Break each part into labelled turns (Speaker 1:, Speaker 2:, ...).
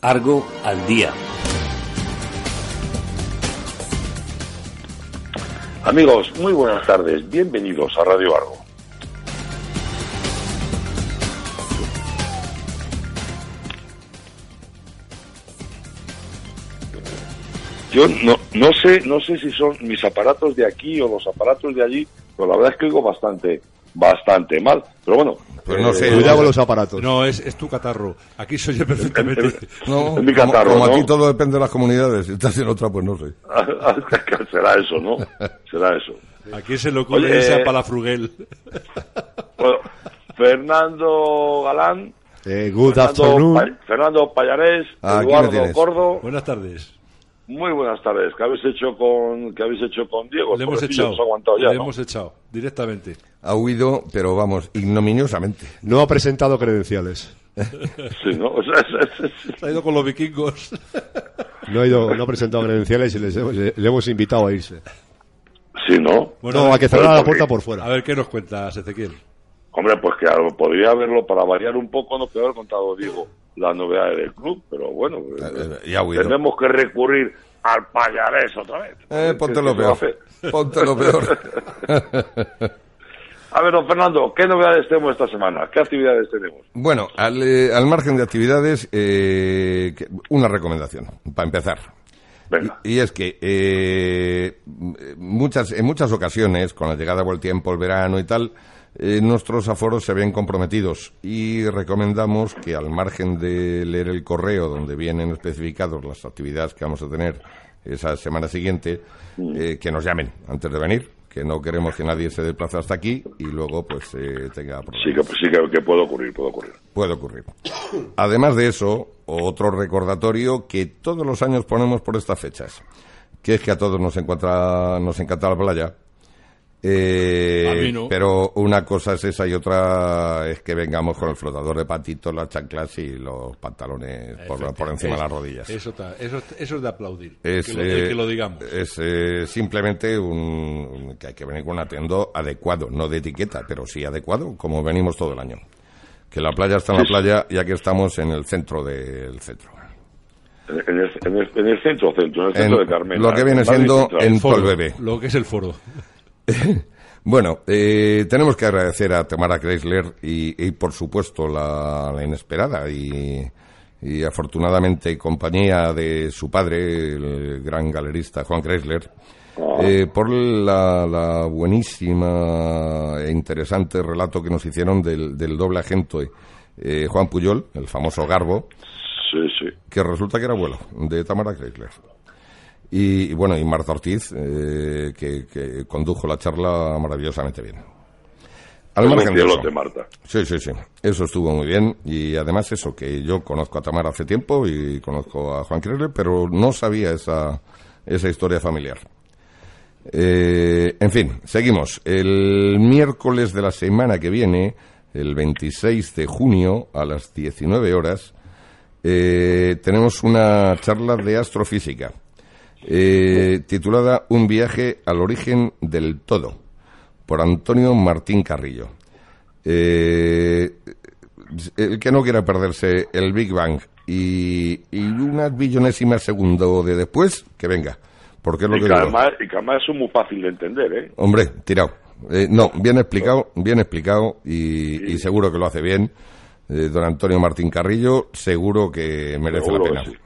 Speaker 1: Argo al día.
Speaker 2: Amigos, muy buenas tardes. Bienvenidos a Radio Argo. Yo no, no sé no sé si son mis aparatos de aquí o los aparatos de allí, pero la verdad es que oigo bastante bastante mal. Pero bueno,
Speaker 3: Pues no
Speaker 2: eh,
Speaker 3: sé,
Speaker 4: Cuidado con los aparatos.
Speaker 5: No, es, es tu catarro. Aquí se oye perfectamente.
Speaker 3: No,
Speaker 2: Es mi
Speaker 3: como-
Speaker 2: catarro,
Speaker 3: como,
Speaker 2: ¿no?
Speaker 3: aquí todo depende de las comunidades. Si estás en otra, pues no sé.
Speaker 2: será eso, ¿no? Será eso.
Speaker 5: ¿A quién se le ocurre
Speaker 2: Oye,
Speaker 5: esa
Speaker 2: eh,
Speaker 5: palafruguel?
Speaker 2: Bueno, Fernando Galán,
Speaker 4: Eh, good
Speaker 2: Pues Fernando,
Speaker 4: afternoon.
Speaker 2: Pa- Fernando Pallarés,
Speaker 3: Ah, aquí me
Speaker 2: Eduardo
Speaker 3: tienes.
Speaker 2: Cordo.
Speaker 5: Buenas tardes.
Speaker 2: Muy buenas tardes. ¿Qué habéis hecho con, qué habéis hecho con Diego?
Speaker 5: Le hemos
Speaker 2: Pues Pobrecillo,
Speaker 5: echado.
Speaker 2: nos ha aguantado ya,
Speaker 5: le
Speaker 2: ¿no?
Speaker 5: hemos echado directamente.
Speaker 3: Ha huido, pero vamos, ignominiosamente.
Speaker 4: No ha presentado credenciales.
Speaker 2: Sí, ¿no? O sea, es- es- es-
Speaker 5: Ha ido con los vikingos.
Speaker 4: No ha, ido, no ha presentado credenciales y les hemos- eh, le hemos invitado a irse.
Speaker 2: sí, ¿no?
Speaker 4: no,
Speaker 5: a,
Speaker 4: a que
Speaker 5: ver,
Speaker 4: cerrara la
Speaker 2: porque-
Speaker 4: puerta por
Speaker 5: a
Speaker 4: fuera.
Speaker 5: ver qué nos cuentas, Ezequiel.
Speaker 2: Hombre, pues que algo- podría haberlo para variar un poco, no puede haber contado Diego las novedades del club, pero bueno,
Speaker 3: eh,
Speaker 2: eh,
Speaker 3: ya ha huido.
Speaker 2: tenemos que recurrir al Pallarés otra vez.
Speaker 3: Eh, ponte lo
Speaker 2: ¿Qué se va a hacer?
Speaker 3: peor. Ponte lo peor.
Speaker 2: A ver, don Fernando, ¿qué novedades tenemos esta semana? ¿Qué actividades tenemos?
Speaker 3: Bueno, al, eh, al margen de actividades, eh, que- una recomendación, para empezar.
Speaker 2: Venga.
Speaker 3: Y, y es que eh, muchas, en muchas ocasiones, con la llegada del tiempo, el verano y tal, eh, nuestros aforos se ven comprometidos y recomendamos que al margen de leer el correo donde vienen especificados las actividades que vamos a tener esa semana siguiente,
Speaker 2: Mm.
Speaker 3: eh, que nos llamen antes de venir, que no queremos que nadie se desplace hasta aquí y luego pues eh, tenga problemas
Speaker 2: Sí, que, sí que, que puede ocurrir, puede ocurrir.
Speaker 3: puede ocurrir. Además de eso, otro recordatorio que todos los años ponemos por estas fechas, que es que a todos nos encuentra, nos encanta la playa. Eh,
Speaker 5: A mí no.
Speaker 3: Pero una cosa es esa y otra es que vengamos con el flotador de patitos, las chanclas y los pantalones por, por encima de las rodillas.
Speaker 5: Eso, ta- eso, eso es de aplaudir.
Speaker 3: Es,
Speaker 5: que, lo,
Speaker 3: eh,
Speaker 5: que lo digamos.
Speaker 3: Es eh, simplemente un, un- que hay que venir con un atuendo adecuado, no de etiqueta, pero sí adecuado, como venimos todo el año. Que la playa está en la playa, ya que estamos en el centro del centro.
Speaker 2: En en el, en el- en el centro, centro, en el centro
Speaker 3: En
Speaker 2: de Carmela.
Speaker 3: lo que viene
Speaker 2: en Madrid
Speaker 3: siendo
Speaker 2: Central.
Speaker 3: en-
Speaker 5: Foro,
Speaker 3: todo el bebé.
Speaker 5: Lo que es el foro.
Speaker 3: Bueno, eh, tenemos que agradecer a Tamara Kreisler y, y, por supuesto, la, la inesperada y, y afortunadamente compañía de su padre, el gran galerista Juan Kreisler,
Speaker 2: Ah,
Speaker 3: eh, por la, la buenísima e interesante relato que nos hicieron del, del doble agente eh, Juan Puyol, el famoso Garbo,
Speaker 2: Sí, sí.
Speaker 3: que resulta que era abuelo de Tamara Kreisler. Y, y bueno, y Marta Ortiz, eh, que, que condujo la charla maravillosamente bien.
Speaker 2: Fue
Speaker 3: Al
Speaker 2: un
Speaker 3: margen de eso.
Speaker 2: cielote, Marta.
Speaker 3: Sí, sí, sí. Eso estuvo muy bien. Y además eso, que yo conozco a Tamara hace tiempo y conozco a Juan Kreisler, pero no sabía esa, esa historia familiar. Eh, en fin, seguimos. El miércoles de la semana que viene, el 26 de junio, a las 19 horas, eh, tenemos una charla de astrofísica eh, titulada Un viaje al origen del todo, por Antonio Martín Carrillo. Eh, el que no quiera perderse el Big Bang y, y unas billonésimas segundo de después, que venga. Porque es lo
Speaker 2: Y
Speaker 3: que
Speaker 2: que,
Speaker 3: digo.
Speaker 2: además, y que además es muy fácil de entender, ¿eh?
Speaker 3: Hombre, tirado. Eh, no, bien explicado, bien explicado y, y seguro que lo hace bien. Eh, don Antonio Martín Carrillo, seguro que merece
Speaker 2: Seguro
Speaker 3: la
Speaker 2: que
Speaker 3: pena.
Speaker 2: sí.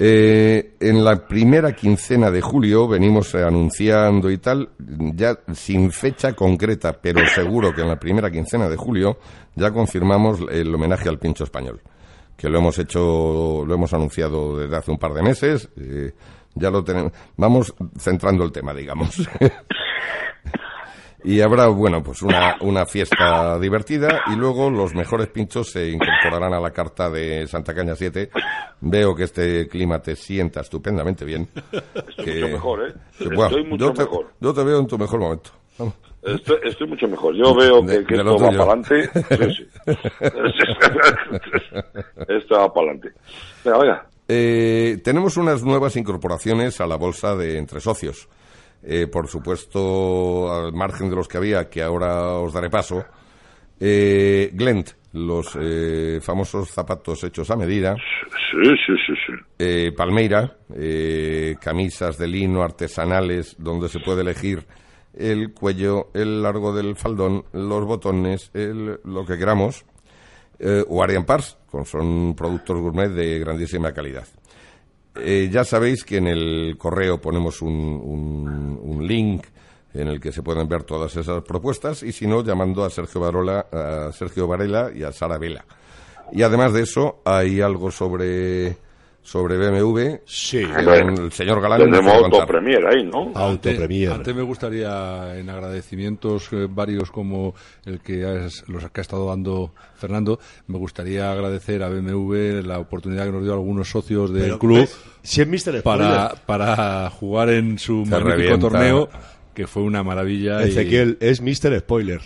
Speaker 3: Eh, en la primera quincena de julio venimos eh, anunciando y tal, ya sin fecha concreta, pero seguro que en la primera quincena de julio ya confirmamos el homenaje al pincho español, que lo hemos hecho, lo hemos anunciado desde hace un par de meses. eh, ya lo tenemos. Vamos centrando el tema, digamos. Y habrá, bueno, pues una, una fiesta divertida y luego los mejores pinchos se incorporarán a la carta de Santa Caña 7. Veo que este clima te sienta estupendamente bien.
Speaker 2: Estoy mucho mejor, ¿eh?
Speaker 3: que,
Speaker 2: Estoy
Speaker 3: bueno,
Speaker 2: mucho
Speaker 3: yo te,
Speaker 2: mejor.
Speaker 3: yo te veo en tu mejor momento.
Speaker 2: Estoy, estoy mucho mejor. Yo veo que,
Speaker 3: De-
Speaker 2: que
Speaker 3: de lo
Speaker 2: esto va
Speaker 3: tuyo.
Speaker 2: para adelante. Sí, sí. esto va para adelante. Venga, venga.
Speaker 3: Eh, tenemos unas nuevas incorporaciones a la bolsa de entre socios. Eh, por supuesto, al margen de los que había, que ahora os daré paso. Eh, Glent, los eh, famosos zapatos hechos a medida,
Speaker 2: Sí, sí, sí, sí.
Speaker 3: eh, palmeira, eh, camisas de lino artesanales donde se puede elegir el cuello, el largo del faldón, los botones, el- lo que queramos, eh, o Arian Pars, con, son productos gourmet de grandísima calidad. Eh, ya sabéis que en el correo ponemos un, un- un link en el que se pueden ver todas esas propuestas y si no, llamando a Sergio, Varola, a Sergio Varela y a Sara Vela. Y además de eso, hay algo sobre, sobre BMW
Speaker 4: Sí.
Speaker 3: que don el señor Galán nos
Speaker 2: Tenemos
Speaker 3: va a contar.
Speaker 2: otro premier ahí, ¿no?
Speaker 5: Ante-
Speaker 4: Autopremier.
Speaker 5: Antes me gustaría, en agradecimientos eh, varios como el que has- los que ha estado dando Fernando, me gustaría agradecer a BMW la oportunidad que nos dio a algunos socios del
Speaker 4: Pero,
Speaker 5: club
Speaker 4: ¿ves? Si es Mr.
Speaker 5: para,
Speaker 4: Spoiler.
Speaker 5: para jugar en su magnífico
Speaker 3: revienta.
Speaker 5: torneo, que fue una maravilla. y-
Speaker 4: Ezequiel, es Mr. Spoiler.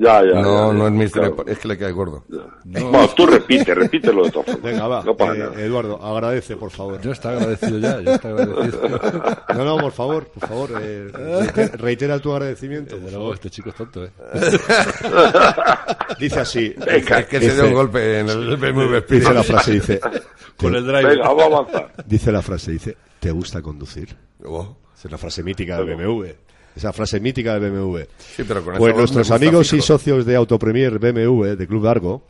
Speaker 2: Ya, ya. ya,
Speaker 3: No,
Speaker 2: ya,
Speaker 3: no es mi
Speaker 2: claro.
Speaker 3: es que le cae gordo.
Speaker 5: No,
Speaker 2: Bueno, tú repite, repítelo de todas formas.
Speaker 4: Venga, va.
Speaker 2: No pasa
Speaker 4: Eh,
Speaker 2: nada.
Speaker 4: Eduardo, agradece, por favor.
Speaker 5: ya está agradecido ya, ya está agradecido.
Speaker 4: No, no, por favor, por favor. eh, reitera- reitera tu agradecimiento. por
Speaker 5: Pero
Speaker 4: favor.
Speaker 5: este chico es tonto, ¿eh?
Speaker 4: Dice así.
Speaker 2: Venga,
Speaker 3: Es que se dio un golpe en el BMW Spirit.
Speaker 4: Dice la frase, dice.
Speaker 5: Con el drive.
Speaker 2: venga, vamos a avanzar.
Speaker 4: Dice la frase, dice, ¿te gusta conducir?
Speaker 3: Oh,
Speaker 4: Esa es la frase mítica de BMW. Esa frase mítica de BMW.
Speaker 3: Sí, pero con esa
Speaker 4: pues
Speaker 3: voz
Speaker 4: nuestros
Speaker 3: me gusta
Speaker 4: amigos y
Speaker 3: fijo.
Speaker 4: socios de Autopremier BMW, de Club Largo,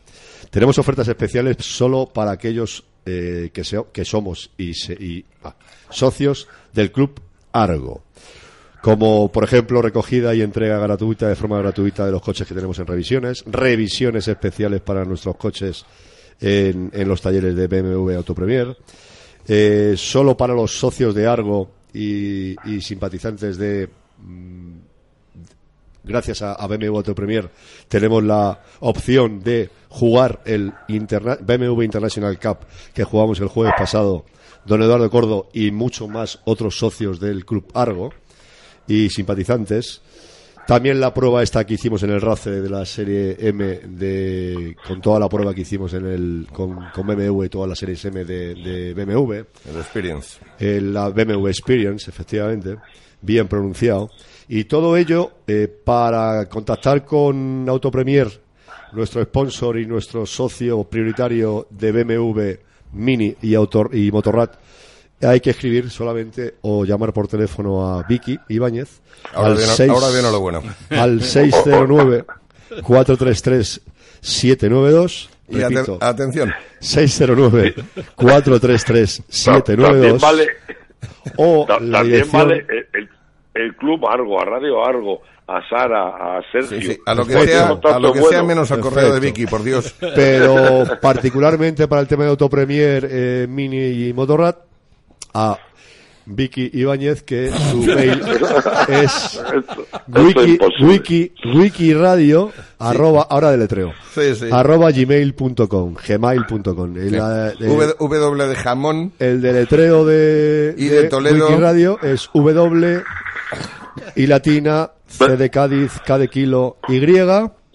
Speaker 4: tenemos ofertas especiales solo para aquellos eh, que, se- que somos y, se- y, ah, socios del Club Argo. Como, por ejemplo, recogida y entrega gratuita, de forma gratuita, de los coches que tenemos en revisiones. Revisiones especiales para nuestros coches en, en los talleres de BMW Autopremier. Eh, solo para los socios de Argo y, y simpatizantes de mm, gracias a, a BMW Auto Premier, tenemos la opción de jugar el interna- BMW International Cup que jugamos el jueves pasado, don Eduardo Cordo y mucho más otros socios del Club Argo y simpatizantes. También la prueba esta que hicimos en el RACE de la serie M, de, con toda la prueba que hicimos en el, con, con BMW y todas las series M de, de BMW
Speaker 3: El Experience.
Speaker 4: eh, la BMW Experience, efectivamente, bien pronunciado. Y todo ello eh, para contactar con Autopremier, nuestro sponsor y nuestro socio prioritario de BMW Mini y, Autor y Motorrad. Hay que escribir solamente o llamar por teléfono a Vicky Ibáñez.
Speaker 3: Ahora
Speaker 4: al
Speaker 3: viene-
Speaker 4: seis-
Speaker 3: ahora viene lo bueno.
Speaker 4: Al 609 433 792.
Speaker 3: Y aten-
Speaker 4: Repito,
Speaker 3: atención,
Speaker 4: 609 433
Speaker 2: También
Speaker 4: 792
Speaker 2: vale,
Speaker 4: o
Speaker 2: ta-
Speaker 4: la
Speaker 2: también
Speaker 4: dirección
Speaker 2: vale el, el- el Club Argo, a Radio Argo, a Sara, a Sergio.
Speaker 3: sí, sí, a lo que
Speaker 4: Perfecto.
Speaker 3: sea,
Speaker 2: Contacto
Speaker 3: a lo que sea
Speaker 2: bueno.
Speaker 3: menos al correo de
Speaker 4: Perfecto.
Speaker 3: Vicky, por Dios.
Speaker 4: pero particularmente para el tema de Autopremier eh, Mini y Motorrad a Vicky Ibáñez que su mail es
Speaker 2: Esto- esto es
Speaker 4: wiki,
Speaker 2: imposible.
Speaker 4: wiki, wikiradio arroba ahora deletreo
Speaker 3: Sí, sí.
Speaker 4: arroba gmail.com gmail.com el, eh,
Speaker 3: V, W de jamón.
Speaker 4: el deletreo de,
Speaker 3: Y de Toledo.
Speaker 4: wikiradio es w y latina c de Cádiz k de kilo y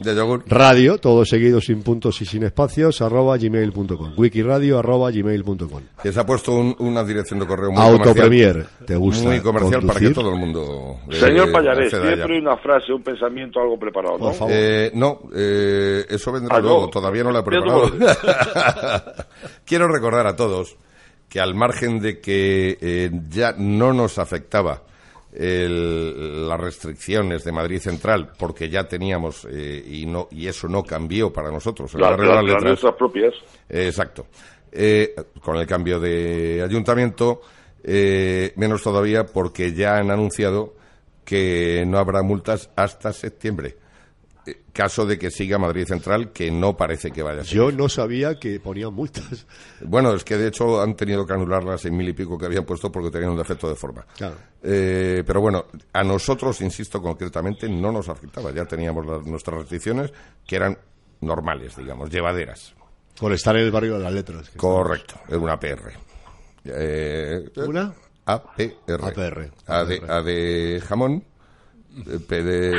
Speaker 3: De yogur.
Speaker 4: radio, todo seguido sin puntos y sin espacios, arroba gmail.com. Wikiradio arroba gmail.com.
Speaker 3: Que se ha puesto un- una dirección de correo muy comercial.
Speaker 4: Autopremier, ¿te gusta?
Speaker 3: Muy comercial para
Speaker 4: conducir?
Speaker 3: que todo el mundo. eh,
Speaker 2: Señor Pallarés,
Speaker 3: acceda a ella.
Speaker 2: siempre una frase, un pensamiento, algo preparado, ¿no?
Speaker 4: Por favor.
Speaker 3: Eh, no, eh, eso vendrá
Speaker 2: Ah, no.
Speaker 3: luego, todavía no lo he preparado.
Speaker 2: Ya
Speaker 3: Quiero recordar a todos que al margen de que eh, ya no nos afectaba el- las restricciones de Madrid Central, porque ya teníamos eh, y no y eso no cambió para nosotros. el
Speaker 2: Las,
Speaker 3: barrio de
Speaker 2: las,
Speaker 3: las letras.
Speaker 2: nuestras propias.
Speaker 3: Eh, exacto. Eh, con el cambio de ayuntamiento, eh, menos todavía porque ya han anunciado que no habrá multas hasta septiembre. Eh, caso de que siga Madrid Central, que no parece que vaya a ser.
Speaker 4: Yo no sabía que ponían multas.
Speaker 3: Bueno, es que de hecho han tenido que anular las seis mil y pico que habían puesto porque tenían un defecto de forma.
Speaker 4: Claro.
Speaker 3: Eh, pero bueno, a nosotros, insisto, concretamente no nos afectaba. Ya teníamos las- nuestras restricciones que eran normales, digamos, llevaderas.
Speaker 4: Por estar en el barrio de las letras. que
Speaker 3: Correcto, es una APR. Eh,
Speaker 4: ¿Una?
Speaker 3: APR.
Speaker 4: APR.
Speaker 3: A de, A de jamón. eh, P de...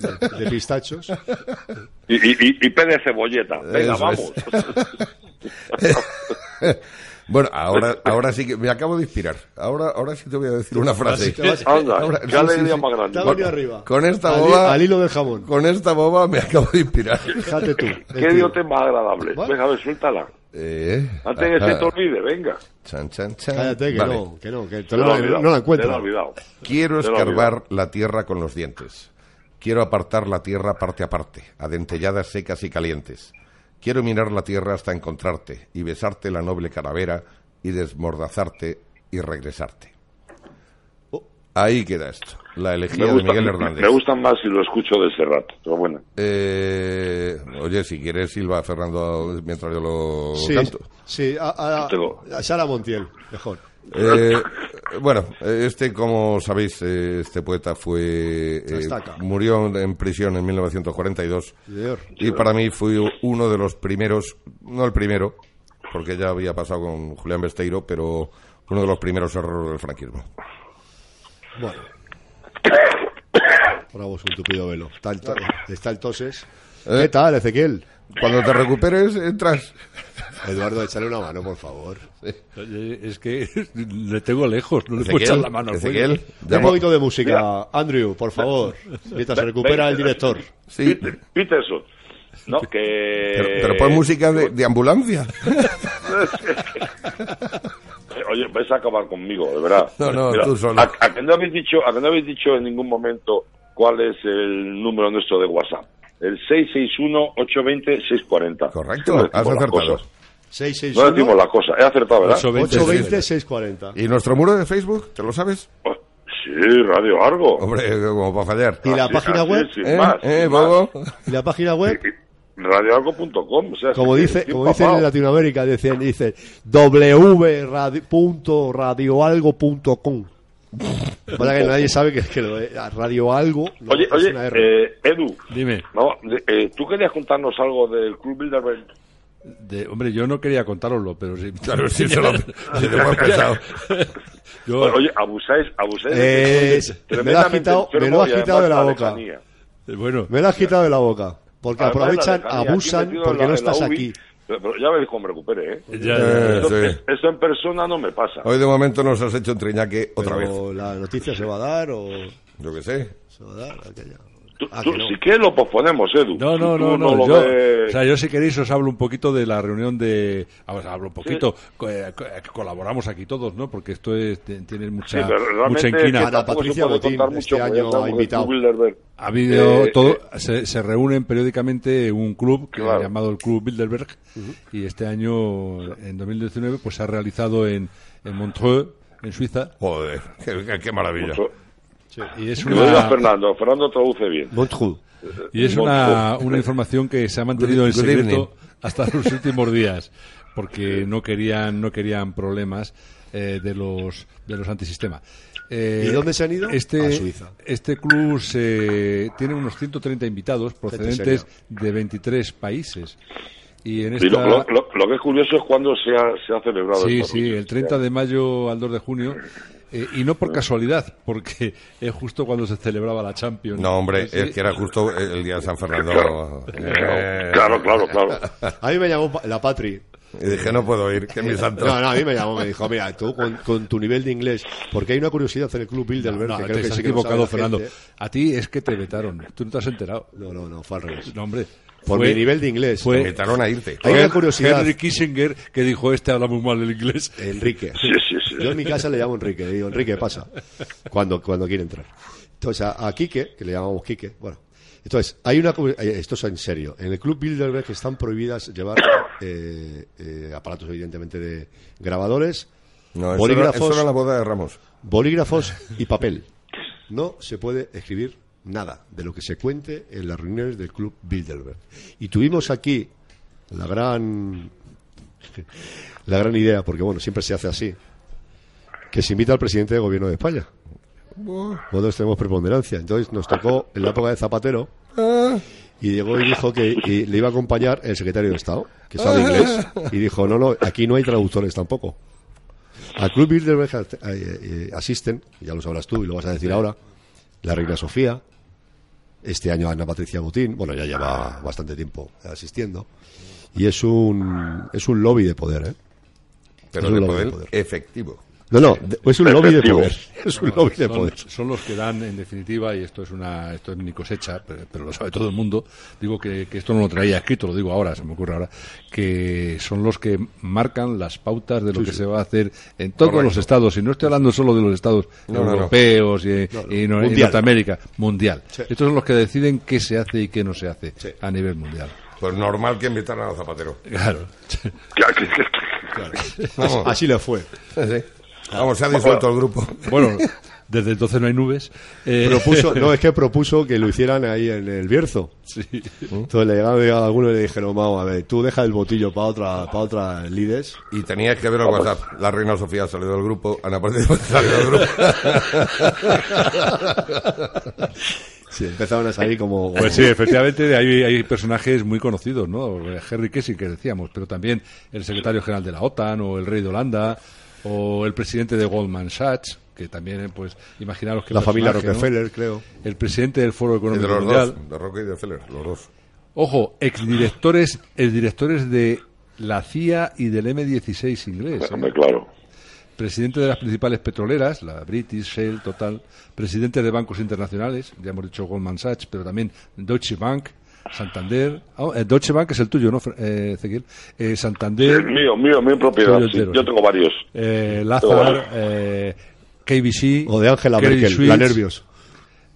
Speaker 4: está- De pistachos.
Speaker 2: Y, y, y, y P de cebolleta. Venga,
Speaker 3: Eso
Speaker 2: vamos.
Speaker 3: es. Bueno, ahora, ahora sí que me acabo de inspirar. Ahora, ahora sí te voy a decir una frase.
Speaker 4: Te vas-
Speaker 2: Anda,
Speaker 3: Ahora,
Speaker 2: qué
Speaker 3: sí,
Speaker 2: alegría
Speaker 3: sí, sí.
Speaker 2: más
Speaker 4: Te
Speaker 2: grande.
Speaker 4: has
Speaker 2: Bueno,
Speaker 4: venido arriba.
Speaker 3: con esta
Speaker 4: Al hi-
Speaker 3: boba-
Speaker 4: Al hilo del jamón.
Speaker 3: Con esta boba me acabo de inspirar.
Speaker 4: Fíjate tú.
Speaker 2: qué idiote más agradable.
Speaker 4: Bueno.
Speaker 2: Venga, a ver, suéltala.
Speaker 3: Eh,
Speaker 2: Antes
Speaker 4: Ah,
Speaker 2: que se
Speaker 3: ajá.
Speaker 2: te olvide, venga.
Speaker 3: Chan, chan, chan.
Speaker 4: Cállate, que
Speaker 3: Vale.
Speaker 4: no, que no, que
Speaker 2: Te
Speaker 4: te
Speaker 2: lo
Speaker 4: no,
Speaker 2: he
Speaker 4: la-
Speaker 2: olvidado, Te
Speaker 4: no la
Speaker 2: lo he
Speaker 4: encuentro.
Speaker 2: olvidado.
Speaker 3: Quiero
Speaker 2: Te lo
Speaker 3: escarbar la tierra con los dientes. Quiero apartar la tierra parte a parte, a dentelladas secas y calientes. Quiero mirar la tierra hasta encontrarte y besarte la noble calavera y desmordazarte y regresarte.
Speaker 4: Oh.
Speaker 3: Ahí queda esto, la
Speaker 2: Me,
Speaker 3: elegía de
Speaker 2: gusta,
Speaker 3: Miguel
Speaker 2: me-
Speaker 3: Hernández.
Speaker 2: me gustan más si lo escucho de ese rato. Pero bueno,
Speaker 3: Eh, oye, si quieres, Silva Fernando, mientras yo lo
Speaker 4: Sí,
Speaker 3: canto.
Speaker 4: sí, a, a-
Speaker 2: Te lo-
Speaker 4: a Sara Montiel, mejor.
Speaker 3: Eh, bueno, eh, este, como sabéis, eh, este poeta fue eh,
Speaker 4: Estaca.
Speaker 3: murió en prisión en 1942
Speaker 4: Señor.
Speaker 3: y para mí fui uno de los primeros, no el primero, porque ya había pasado con Julián Besteiro, pero uno de los primeros errores del franquismo.
Speaker 4: Bueno. Bravo, es un tupido velo. Está el, to- está el toses.
Speaker 3: Eh.
Speaker 4: ¿Qué tal, Ezequiel?
Speaker 3: Cuando te recuperes, entras.
Speaker 4: Eduardo, échale una mano, por favor.
Speaker 5: Oye, Es que le tengo lejos, no le puedo echar
Speaker 3: Ezequiel,
Speaker 5: la mano. al
Speaker 3: Ezequiel,
Speaker 5: fuego.
Speaker 4: Un
Speaker 3: llamo-
Speaker 4: poquito de música, Andrew, por favor. Mientras se recupera el director.
Speaker 3: sí, pero,
Speaker 2: Peter- Peterson. No, que.
Speaker 3: pero pon música de, de ambulancia.
Speaker 2: Eh, Oye, vais a acabar conmigo, de verdad.
Speaker 3: No, no, tú solo.
Speaker 2: ¿a, a que no habéis dicho, a que no habéis dicho en ningún momento cuál es el número nuestro de WhatsApp. El 661-820-640.
Speaker 3: Correcto,
Speaker 2: No decimos
Speaker 3: has
Speaker 2: las
Speaker 3: acertado.
Speaker 2: cosas. No decimos
Speaker 4: 661
Speaker 2: la cosa. He acertado, ¿verdad?
Speaker 4: 820 640.
Speaker 3: ¿Y nuestro muro de Facebook? ¿Te lo sabes?
Speaker 2: Oh, Sí, Radio Argo.
Speaker 3: Hombre, como para fallar.
Speaker 4: ¿Y la
Speaker 2: Así,
Speaker 4: página
Speaker 2: así,
Speaker 4: web?
Speaker 2: sin
Speaker 3: ¿Eh?
Speaker 2: más,
Speaker 3: ¿Eh,
Speaker 2: sin más.
Speaker 3: bobo?
Speaker 4: ¿Y la página web?
Speaker 2: radioalgo.com. O sea,
Speaker 4: Como
Speaker 2: que
Speaker 4: dice,
Speaker 2: estoy
Speaker 4: como dicen en
Speaker 2: empapado.
Speaker 4: Latinoamérica, dicen, dice www.radioalgo.com. Para que nadie sabe que, que lo es radioalgo. no,
Speaker 2: Oye,
Speaker 4: es
Speaker 2: oye,
Speaker 4: una R.
Speaker 2: eh, Edu,
Speaker 5: Dime,
Speaker 2: no, de- eh, ¿tú querías contarnos algo del Club Bilderberg?
Speaker 5: de- hombre, yo no quería contároslo, pero sí.
Speaker 3: Claro, sí, se lo, sí, te lo hemos pensado.
Speaker 5: Yo-
Speaker 2: Oye, abusáis, abusáis.
Speaker 4: Eh,
Speaker 2: de que soy
Speaker 4: me lo has
Speaker 2: tremendamente
Speaker 4: quitado- me lo
Speaker 2: enfermo
Speaker 4: has
Speaker 2: y además
Speaker 4: quitado de la boca.
Speaker 2: lejanía.
Speaker 5: eh, bueno,
Speaker 4: Me la has quitado de la boca. Porque
Speaker 2: Además,
Speaker 4: aprovechan,
Speaker 2: la lejanía, aquí
Speaker 4: abusan,
Speaker 2: metido en
Speaker 4: porque
Speaker 2: la-
Speaker 4: no
Speaker 2: en la
Speaker 4: estás
Speaker 2: UBI.
Speaker 4: aquí.
Speaker 2: Pero- pero ya veis cómo me recuperé, ¿eh?
Speaker 5: ya, ya, ya.
Speaker 3: Eh,
Speaker 2: Esto,
Speaker 3: sí.
Speaker 2: esto en persona no me pasa.
Speaker 3: Hoy de momento nos has hecho un triñaque otra vez.
Speaker 4: Pero la noticia se va a dar o
Speaker 3: Yo qué sé.
Speaker 4: se va a dar aquella.
Speaker 2: Tú-
Speaker 4: Ah,
Speaker 2: tú-
Speaker 4: que no.
Speaker 2: Si quieres lo posponemos, Edu.
Speaker 5: No, no,
Speaker 2: Tú- tú
Speaker 5: no, no.
Speaker 2: lo
Speaker 5: yo,
Speaker 2: ves-
Speaker 5: o sea, yo si queréis os hablo un poquito de la reunión de... Vamos, hablo un poquito. co- eh, co- eh, colaboramos aquí todos, ¿no? Porque esto es, te- tiene
Speaker 2: Sí,
Speaker 5: mucha,
Speaker 2: pero realmente
Speaker 5: mucha
Speaker 2: es
Speaker 5: inquina.
Speaker 2: que
Speaker 4: Ana
Speaker 2: tampoco se
Speaker 4: Patricia
Speaker 2: puede
Speaker 4: Botín,
Speaker 2: contar
Speaker 4: este
Speaker 2: mucho, porque
Speaker 4: año
Speaker 2: estamos
Speaker 4: ha
Speaker 2: en
Speaker 4: invitado.
Speaker 2: Club Bilderberg.
Speaker 5: Ha habido
Speaker 2: Eh,
Speaker 5: todo,
Speaker 2: eh,
Speaker 5: se, se reúnen periódicamente un club que
Speaker 2: Claro.
Speaker 5: llamado el Club Bilderberg y este año, en 2019, pues se ha realizado en, en Montreux, en Suiza.
Speaker 3: Joder, qué, qué- qué maravilla.
Speaker 2: mucho-
Speaker 5: Y es
Speaker 2: Que lo diga
Speaker 5: una,
Speaker 2: Fernando, Fernando traduce bien.
Speaker 4: Montreux.
Speaker 5: y es una, una información que se ha mantenido en
Speaker 3: Good- good evening.
Speaker 5: secreto hasta los últimos días, porque no querían, no querían problemas eh, de los de los antisistema. Eh,
Speaker 4: ¿Y dónde se han ido?
Speaker 5: Este,
Speaker 4: A Suiza.
Speaker 5: Este club se- tiene unos 130 invitados procedentes
Speaker 4: seria.
Speaker 5: de 23 países. Y en esta,
Speaker 2: Y lo, lo- lo- lo que es curioso es cuando se ha, se ha celebrado.
Speaker 5: Sí,
Speaker 2: esto.
Speaker 5: sí, el 30 de mayo al 2 de junio. eh, y no
Speaker 2: Ah.
Speaker 5: por casualidad, porque es justo cuando se celebraba la Champions.
Speaker 3: No, hombre,
Speaker 5: Sí,
Speaker 3: es que era justo el día de San Fernando. Eh,
Speaker 2: Claro, claro, claro.
Speaker 4: A mí me llamó pa- la Patri.
Speaker 3: y dije, no puedo ir, que es mi santo.
Speaker 4: Eh, No, no, a mí me llamó, me dijo, mira, tú con, con tu nivel de inglés, porque hay una curiosidad en el club Bilderberg
Speaker 5: No,
Speaker 4: que creo
Speaker 5: te
Speaker 4: que
Speaker 5: has
Speaker 4: sí que lo sabe
Speaker 5: equivocado,
Speaker 4: la
Speaker 5: Fernando.
Speaker 4: gente. ¿eh?
Speaker 5: A ti es que te vetaron. Tú no te has enterado.
Speaker 4: No, no, no, fue al revés.
Speaker 5: No, hombre.
Speaker 4: Por
Speaker 5: Fue-
Speaker 4: mi nivel de inglés.
Speaker 3: Me
Speaker 5: Fue
Speaker 3: invitaron a irte.
Speaker 4: Hay
Speaker 5: Henry-
Speaker 4: una curiosidad.
Speaker 5: Henry Kissinger que dijo: Este habla muy mal el inglés.
Speaker 4: Enrique.
Speaker 2: Sí, sí, sí.
Speaker 4: Yo en mi casa le llamo Enrique, le digo, Enrique, pasa, cuando, cuando quiere entrar. Entonces, a, a Quique, que le llamamos Quique, bueno. Entonces, hay una... comu- eh, Esto es en serio. En el Club Bilderberg están prohibidas llevar eh, eh, aparatos, evidentemente, de grabadores,
Speaker 3: No, eso era,
Speaker 4: bolígrafos,
Speaker 3: eso era la boda de Ramos.
Speaker 4: bolígrafos y papel. No se puede escribir nada de lo que se cuente en las reuniones del Club Bilderberg. Y tuvimos aquí la gran la gran idea, porque bueno, siempre se hace así, que se invita al presidente del gobierno de España. Nosotros tenemos preponderancia. Entonces nos tocó en la época de Zapatero y llegó y dijo que y le iba a acompañar el secretario de Estado, que sabe inglés, y dijo, no, no, aquí no hay traductores tampoco. Al Club Bilderberg eh, eh, asisten, ya lo sabrás tú y lo vas a decir ahora, la reina Sofía, este año Ana Patricia Butín, bueno, ya lleva bastante tiempo asistiendo, y es un, es un lobby de poder, ¿eh?
Speaker 3: Pero
Speaker 4: Es un lobby
Speaker 3: de
Speaker 4: de
Speaker 3: poder,
Speaker 4: poder.
Speaker 3: efectivo.
Speaker 4: No, no, de- es un lobby de
Speaker 2: Efectivo.
Speaker 4: poder. Es un lobby de
Speaker 5: son,
Speaker 4: poder.
Speaker 5: son los que dan, en definitiva, y esto es una esto es mi cosecha, pero, pero lo sabe todo el mundo. Digo que, que esto no lo traía escrito, lo digo ahora, se me ocurre ahora, que son los que marcan las pautas de lo que se va a hacer en todos
Speaker 3: Correcto.
Speaker 5: los estados. Y no estoy hablando solo de los estados
Speaker 3: No, no, no.
Speaker 5: europeos y, y no- y
Speaker 4: Mundial.
Speaker 5: Norteamérica, mundial.
Speaker 4: Sí.
Speaker 5: Estos son los que deciden qué se hace y qué no se hace
Speaker 4: Sí.
Speaker 5: a nivel mundial.
Speaker 3: Pues normal que invitaran a Zapatero.
Speaker 5: Claro.
Speaker 3: Vamos,
Speaker 4: Así le fue.
Speaker 3: Sí.
Speaker 4: Ah.
Speaker 3: Vamos, se ha disuelto el grupo.
Speaker 5: Bueno, desde entonces no hay nubes. Eh,
Speaker 4: Propuso, no, es que propuso que lo hicieran ahí en el Bierzo.
Speaker 5: sí.
Speaker 4: Entonces le llegaron a algunos y le dijeron, vamos a ver, tú deja el botillo para otra, para otra lides.
Speaker 3: Y tenías que ver el WhatsApp. La reina Sofía salió del grupo, Ana Patricia salió del grupo.
Speaker 4: Sí, empezaron a salir como...
Speaker 5: Pues sí, efectivamente hay, hay personajes muy conocidos, ¿no? Henry Kissinger, que decíamos, pero también el secretario general de la OTAN o el rey de Holanda o el presidente de Goldman Sachs, que también, eh, pues, imaginaros que...
Speaker 4: la familia
Speaker 5: personaje, ¿no?
Speaker 4: Rockefeller, creo.
Speaker 5: El presidente del Foro
Speaker 3: Y de
Speaker 5: Económico
Speaker 3: los
Speaker 5: Mundial.
Speaker 3: dos, de Roque y de Feller, los dos.
Speaker 5: Ojo, exdirectores, exdirectores de la CIA y del M16 inglés. ¿eh?
Speaker 2: Hombre, claro.
Speaker 5: presidente de las principales petroleras, la British, Shell, Total, presidente de bancos internacionales, ya hemos dicho Goldman Sachs, pero también Deutsche Bank, Santander, ah, eh, Deutsche Bank es el tuyo, ¿no, Fr- eh, Ezequiel? Eh,
Speaker 2: Es
Speaker 5: Santander,
Speaker 2: mío, mío, mi propiedad.
Speaker 5: Soy yo
Speaker 2: sí.
Speaker 5: entero.
Speaker 2: Yo tengo varios.
Speaker 5: eh, Lazar, eh, KBC,
Speaker 4: O de Ángela
Speaker 5: Credit
Speaker 4: Merkel,
Speaker 5: Suisse,
Speaker 4: la nervios.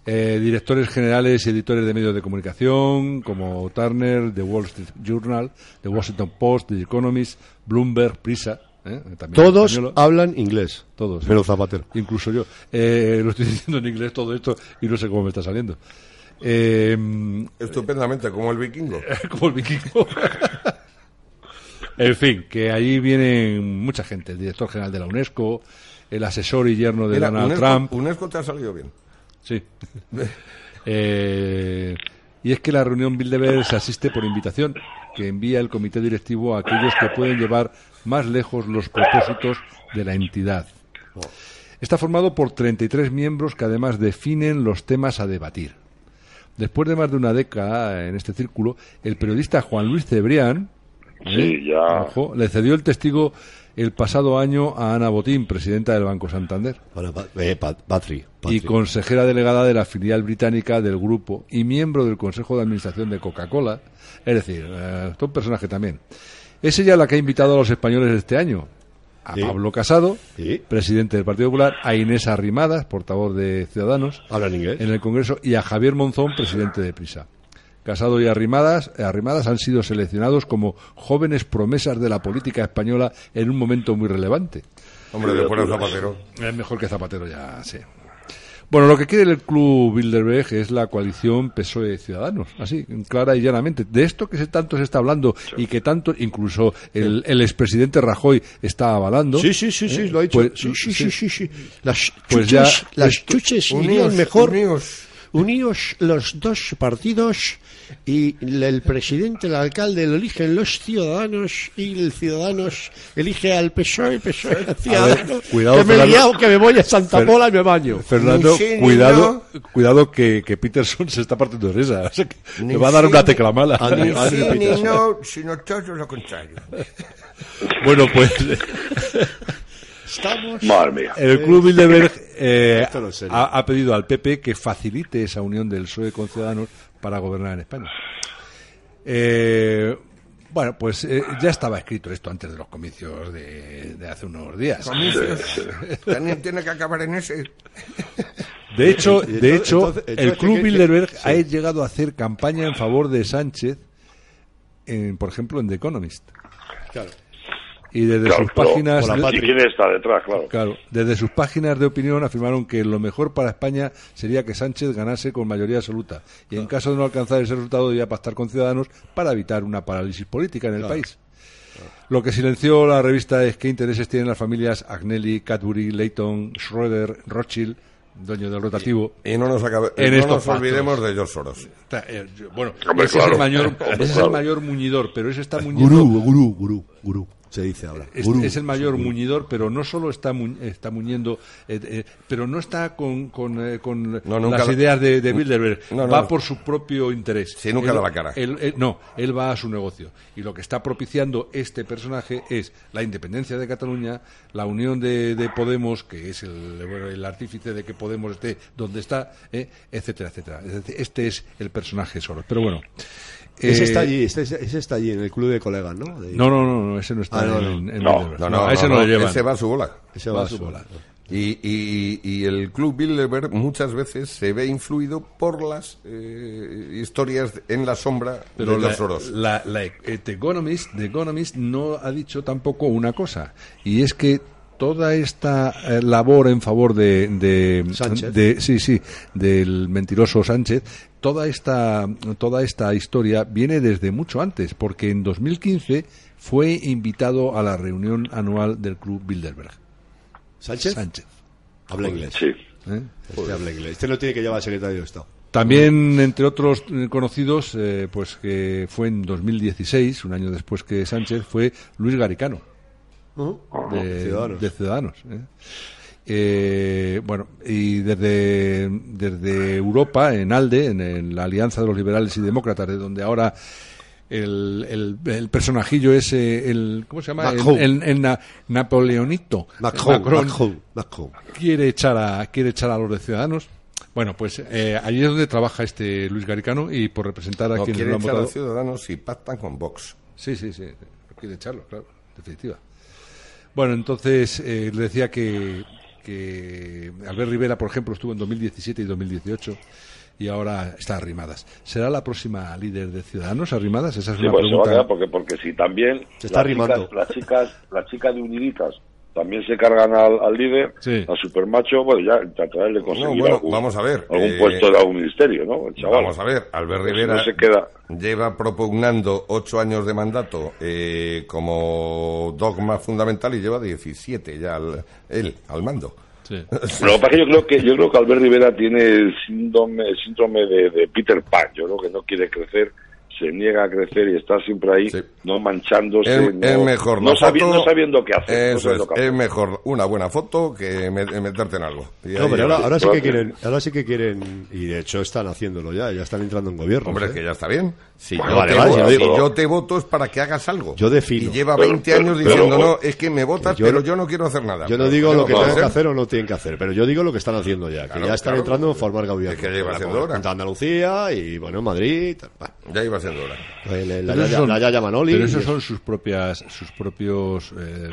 Speaker 5: eh, directores generales y editores de medios de comunicación como Turner, The Wall Street Journal, The Washington Post, The Economist, Bloomberg, Prisa. ¿eh? También
Speaker 4: Todos
Speaker 5: española.
Speaker 4: hablan inglés.
Speaker 5: Todos.
Speaker 4: Menos Zapatero.
Speaker 5: Incluso yo. Eh, lo estoy diciendo en inglés todo esto y no sé cómo me está saliendo. Eh,
Speaker 3: Estupendamente, como el vikingo.
Speaker 5: como el vikingo. en fin, que allí vienen mucha gente. El director general de la UNESCO, el asesor y yerno de
Speaker 3: Mira,
Speaker 5: Donald
Speaker 3: UNESCO,
Speaker 5: Trump.
Speaker 3: UNESCO te ha salido bien.
Speaker 5: Sí. Eh, y es que la reunión Bilderberg se asiste por invitación que envía el comité directivo a aquellos que pueden llevar más lejos los propósitos de la entidad. Está formado por 33 miembros que además definen los temas a debatir. Después de más de una década en este círculo, el periodista Juan Luis Cebrián ¿eh?
Speaker 2: Sí, ya.
Speaker 5: ojo, le cedió el testigo el pasado año a Ana Botín, presidenta del Banco Santander
Speaker 4: Ahora, pa- eh, pa- Patri,
Speaker 5: y
Speaker 4: Patri.
Speaker 5: consejera delegada de la filial británica del grupo y miembro del Consejo de Administración de Coca-Cola. Es decir, eh, todo un personaje también. Es ella la que ha invitado a los españoles este año. A
Speaker 4: Sí.
Speaker 5: Pablo Casado,
Speaker 4: Sí.
Speaker 5: presidente del Partido Popular, a Inés Arrimadas, portavoz de Ciudadanos,
Speaker 4: ¿Hablan inglés?
Speaker 5: en el Congreso, y a Javier Monzón, presidente de Prisa. Casado y Arrimadas, eh, Arrimadas han sido seleccionados como jóvenes promesas de la política española en un momento muy relevante.
Speaker 3: Hombre, después el Zapatero.
Speaker 5: Es mejor que Zapatero ya, sí. Bueno, lo que quiere el club Bilderberg es la coalición PSOE E Ciudadanos, así, clara y llanamente. De esto que se tanto se está hablando y que tanto, incluso el, el expresidente Rajoy está avalando.
Speaker 4: Sí, sí, sí, sí, lo ha dicho.
Speaker 5: Pues-
Speaker 4: sí, sí, sí, sí, sí. Las chuches,
Speaker 5: Pues ya-
Speaker 4: las chuches irían mejor
Speaker 3: Unidos.
Speaker 4: unidos los dos partidos y el presidente, el alcalde lo eligen los ciudadanos y el ciudadanos elige al PSOE, PSOE, ciudadanos.
Speaker 5: cuidado,
Speaker 4: que me he
Speaker 5: Fernando.
Speaker 4: liado, que me voy a Santa
Speaker 5: Fer-
Speaker 4: Pola y me baño.
Speaker 5: Fernando,
Speaker 3: Ni sí, ni
Speaker 5: cuidado, cuidado que, que Peterson se está partiendo de risa. O sea, que le va a dar
Speaker 3: sí,
Speaker 5: una tecla mala.
Speaker 4: Adri- Ni Adri sí, ni Peterson.
Speaker 3: no, sino todo lo contrario.
Speaker 5: Bueno, pues
Speaker 4: Estamos
Speaker 2: Madre mía.
Speaker 5: el club Bilderberg eh,
Speaker 4: Eh, Esto no es serio.
Speaker 5: ha, ha pedido al PP que facilite esa unión del PSOE con Ciudadanos para gobernar en España. Eh, bueno, pues eh, ya estaba escrito esto antes de los comicios de, de hace unos días.
Speaker 3: También tiene que acabar en ese.
Speaker 5: De
Speaker 4: Y
Speaker 5: hecho,
Speaker 4: entonces-
Speaker 5: de hecho,
Speaker 4: entonces-
Speaker 5: el
Speaker 4: entonces,
Speaker 5: club
Speaker 4: ¿qué- qué-
Speaker 5: Bilderberg
Speaker 4: sí.
Speaker 5: ha llegado a hacer campaña en favor de Sánchez, en, por ejemplo, en The Economist.
Speaker 4: Claro.
Speaker 5: Y desde
Speaker 2: Claro,
Speaker 5: sus
Speaker 2: pero-
Speaker 5: páginas...
Speaker 4: por la
Speaker 2: ¿Y quién está detrás? Claro.
Speaker 5: Claro, desde sus páginas de opinión afirmaron que lo mejor para España sería que Sánchez ganase con mayoría absoluta y
Speaker 2: Ah.
Speaker 5: en caso de no alcanzar ese resultado debía pactar con Ciudadanos para evitar una parálisis política en el país.
Speaker 2: Ah.
Speaker 5: Lo que silenció la revista es qué intereses tienen las familias Agnelli, Cadbury, Leighton, Schroeder, Rothschild, dueño del rotativo.
Speaker 3: Y no nos, acabe-
Speaker 5: En
Speaker 3: no
Speaker 5: estos
Speaker 3: nos
Speaker 5: pactos.
Speaker 3: olvidemos de George Soros.
Speaker 5: Está, eh, yo- Bueno,
Speaker 2: Hombre,
Speaker 5: ese, es
Speaker 2: claro.
Speaker 5: el mayor,
Speaker 2: Hombre,
Speaker 5: ese es el
Speaker 2: claro.
Speaker 5: mayor muñidor, pero ese está muñiendo
Speaker 4: Eh, Gurú, gurú, gurú, gurú. se dice ahora.
Speaker 5: Es,
Speaker 4: Gurú.
Speaker 5: es el mayor muñidor, pero no solo está, mu- está muñendo, eh, eh, pero no está con, con, eh, con
Speaker 3: No, nunca
Speaker 5: las
Speaker 3: la-
Speaker 5: ideas de, de Bilderberg.
Speaker 3: No, no,
Speaker 5: va
Speaker 3: no.
Speaker 5: por su propio interés.
Speaker 3: Sí, nunca
Speaker 5: Él-
Speaker 3: da la cara.
Speaker 5: él- él- no, él va a su negocio. Y lo que está propiciando este personaje es la independencia de Cataluña, la unión de, de Podemos, que es el, bueno, el artífice de que Podemos esté donde está, eh, etcétera, etcétera. Es decir, Este es el personaje solo. Pero bueno.
Speaker 4: Ese
Speaker 5: eh,
Speaker 4: está allí, este- ese, está allí en el club de colegas, ¿no? De-
Speaker 5: No, no, no, no, ese no está
Speaker 4: Ah, no,
Speaker 5: en,
Speaker 4: no.
Speaker 5: en- en
Speaker 2: No,
Speaker 5: Bilderberg.
Speaker 3: No, no,
Speaker 5: a ese no,
Speaker 3: no,
Speaker 5: lo llevan.
Speaker 3: ese va a su bola.
Speaker 4: Ese
Speaker 5: Va
Speaker 4: va
Speaker 5: a su
Speaker 4: solo.
Speaker 5: bola.
Speaker 3: Y, y- y el Club Bilderberg muchas veces se ve influido por las eh, historias en la sombra
Speaker 5: Pero
Speaker 3: de
Speaker 5: la,
Speaker 3: los oros.
Speaker 5: la- la- eh, The Economist, The Economist no ha dicho tampoco una cosa, y es que toda esta eh, labor en favor de, de-
Speaker 4: Sánchez.
Speaker 5: de- sí, sí, del mentiroso Sánchez, toda esta, toda esta historia viene desde mucho antes, porque en 2015 fue invitado a la reunión anual del Club Bilderberg.
Speaker 4: ¿Sánchez?
Speaker 5: Sánchez.
Speaker 4: Habla inglés.
Speaker 2: Sí.
Speaker 5: ¿eh?
Speaker 4: Este habla inglés. Este no tiene que llevar al secretario de Estado.
Speaker 5: También, entre otros eh, conocidos, eh, pues que fue en 2016, un año después que Sánchez, fue Luis Garicano, de
Speaker 4: Ciudadanos.
Speaker 5: de Ciudadanos, ¿eh? Eh, bueno, y desde, desde Europa, en ALDE, en, en la Alianza de los Liberales y Demócratas, de donde ahora el, el- el personajillo es eh, el, ¿cómo se llama? El-
Speaker 4: Macron.
Speaker 5: El, el na- Napoleonito.
Speaker 4: Macron,
Speaker 5: Macron
Speaker 4: Macron, Macron.
Speaker 5: quiere echar a quiere echar a los de Ciudadanos. Bueno, pues eh, allí es donde trabaja este Luis Garicano y por representar a
Speaker 3: No
Speaker 5: quienes
Speaker 3: quiere
Speaker 5: lo han
Speaker 3: echar a
Speaker 5: votado.
Speaker 3: los ciudadanos y pactan con Vox.
Speaker 5: Sí, sí, sí. Quiere echarlo, claro. en Definitiva. Bueno, entonces eh, le decía que, que Albert Rivera, por ejemplo, estuvo en 2017 y 2018 y ahora está Arrimadas. ¿Será la próxima líder de Ciudadanos Arrimadas? Esa es
Speaker 2: Sí,
Speaker 5: una
Speaker 2: pues se va a
Speaker 5: pregunta.
Speaker 2: quedar porque, porque si también
Speaker 4: Se está
Speaker 2: las,
Speaker 4: arrimando.
Speaker 2: chicas, las chicas las chicas de Uniditas también se cargan al, al líder,
Speaker 5: Sí.
Speaker 2: a Supermacho, bueno, ya tratará de conseguir
Speaker 3: No, bueno,
Speaker 2: algún,
Speaker 3: vamos a ver,
Speaker 2: algún
Speaker 3: eh,
Speaker 2: puesto de algún ministerio, ¿no? El chaval.
Speaker 3: Vamos a ver, Albert
Speaker 2: Pues
Speaker 3: Rivera
Speaker 2: no se queda.
Speaker 3: lleva propugnando ocho años de mandato eh, como dogma fundamental y lleva 17 ya al- él al mando.
Speaker 5: Sí.
Speaker 2: Lo que pasa es que yo creo que, yo creo que Albert Rivera tiene el síndrome, el síndrome de, de Peter Pan, yo creo que no quiere crecer, se niega a crecer y está siempre ahí,
Speaker 3: Sí.
Speaker 2: no manchándose,
Speaker 3: Es,
Speaker 2: Pues no,
Speaker 3: es mejor
Speaker 2: no,
Speaker 3: la
Speaker 2: sabi-
Speaker 3: foto-
Speaker 2: no sabiendo qué hacer. no
Speaker 3: Eso
Speaker 2: sabiendo
Speaker 3: es,
Speaker 2: qué hacer.
Speaker 3: es mejor una buena foto que me- meterte en algo. Y
Speaker 4: No,
Speaker 3: ahí-
Speaker 4: pero ahora, ahora sí que
Speaker 2: Gracias.
Speaker 4: quieren, ahora sí que quieren, y de hecho están haciéndolo ya, ya están entrando en gobierno. ¿eh?
Speaker 3: Hombre, es que ya está bien. Si,
Speaker 4: Bueno,
Speaker 3: yo,
Speaker 4: vale,
Speaker 3: te
Speaker 4: vale,
Speaker 3: voto,
Speaker 4: yo
Speaker 3: si
Speaker 4: digo-
Speaker 3: yo te voto es para que hagas algo.
Speaker 4: Yo defino.
Speaker 3: Y lleva
Speaker 2: Pero-
Speaker 3: 20
Speaker 2: pero-
Speaker 3: años
Speaker 2: pero-
Speaker 3: diciendo, no, es que me votas,
Speaker 4: Que yo
Speaker 3: pero
Speaker 4: no-
Speaker 3: yo no quiero hacer nada.
Speaker 4: Yo no
Speaker 3: Pero
Speaker 4: digo
Speaker 3: ¿qué
Speaker 4: lo que
Speaker 3: vamos a
Speaker 4: tienen que
Speaker 3: hacer?
Speaker 4: hacer o no tienen que hacer, pero yo digo lo que están haciendo ya, que
Speaker 3: Claro,
Speaker 4: ya están
Speaker 3: claro.
Speaker 4: entrando en formar gobierno.
Speaker 3: Es que lleva
Speaker 4: Con
Speaker 3: haciendo hora.
Speaker 4: Junta de Andalucía y bueno, en Madrid, tal, bah,
Speaker 3: Ya iba siendo hora.
Speaker 4: el- el- la,
Speaker 5: Pero esos
Speaker 4: Yaya-
Speaker 5: son-
Speaker 4: la Yaya Manoli.
Speaker 5: pero esos
Speaker 4: y-
Speaker 5: son sus propias, sus propios eh,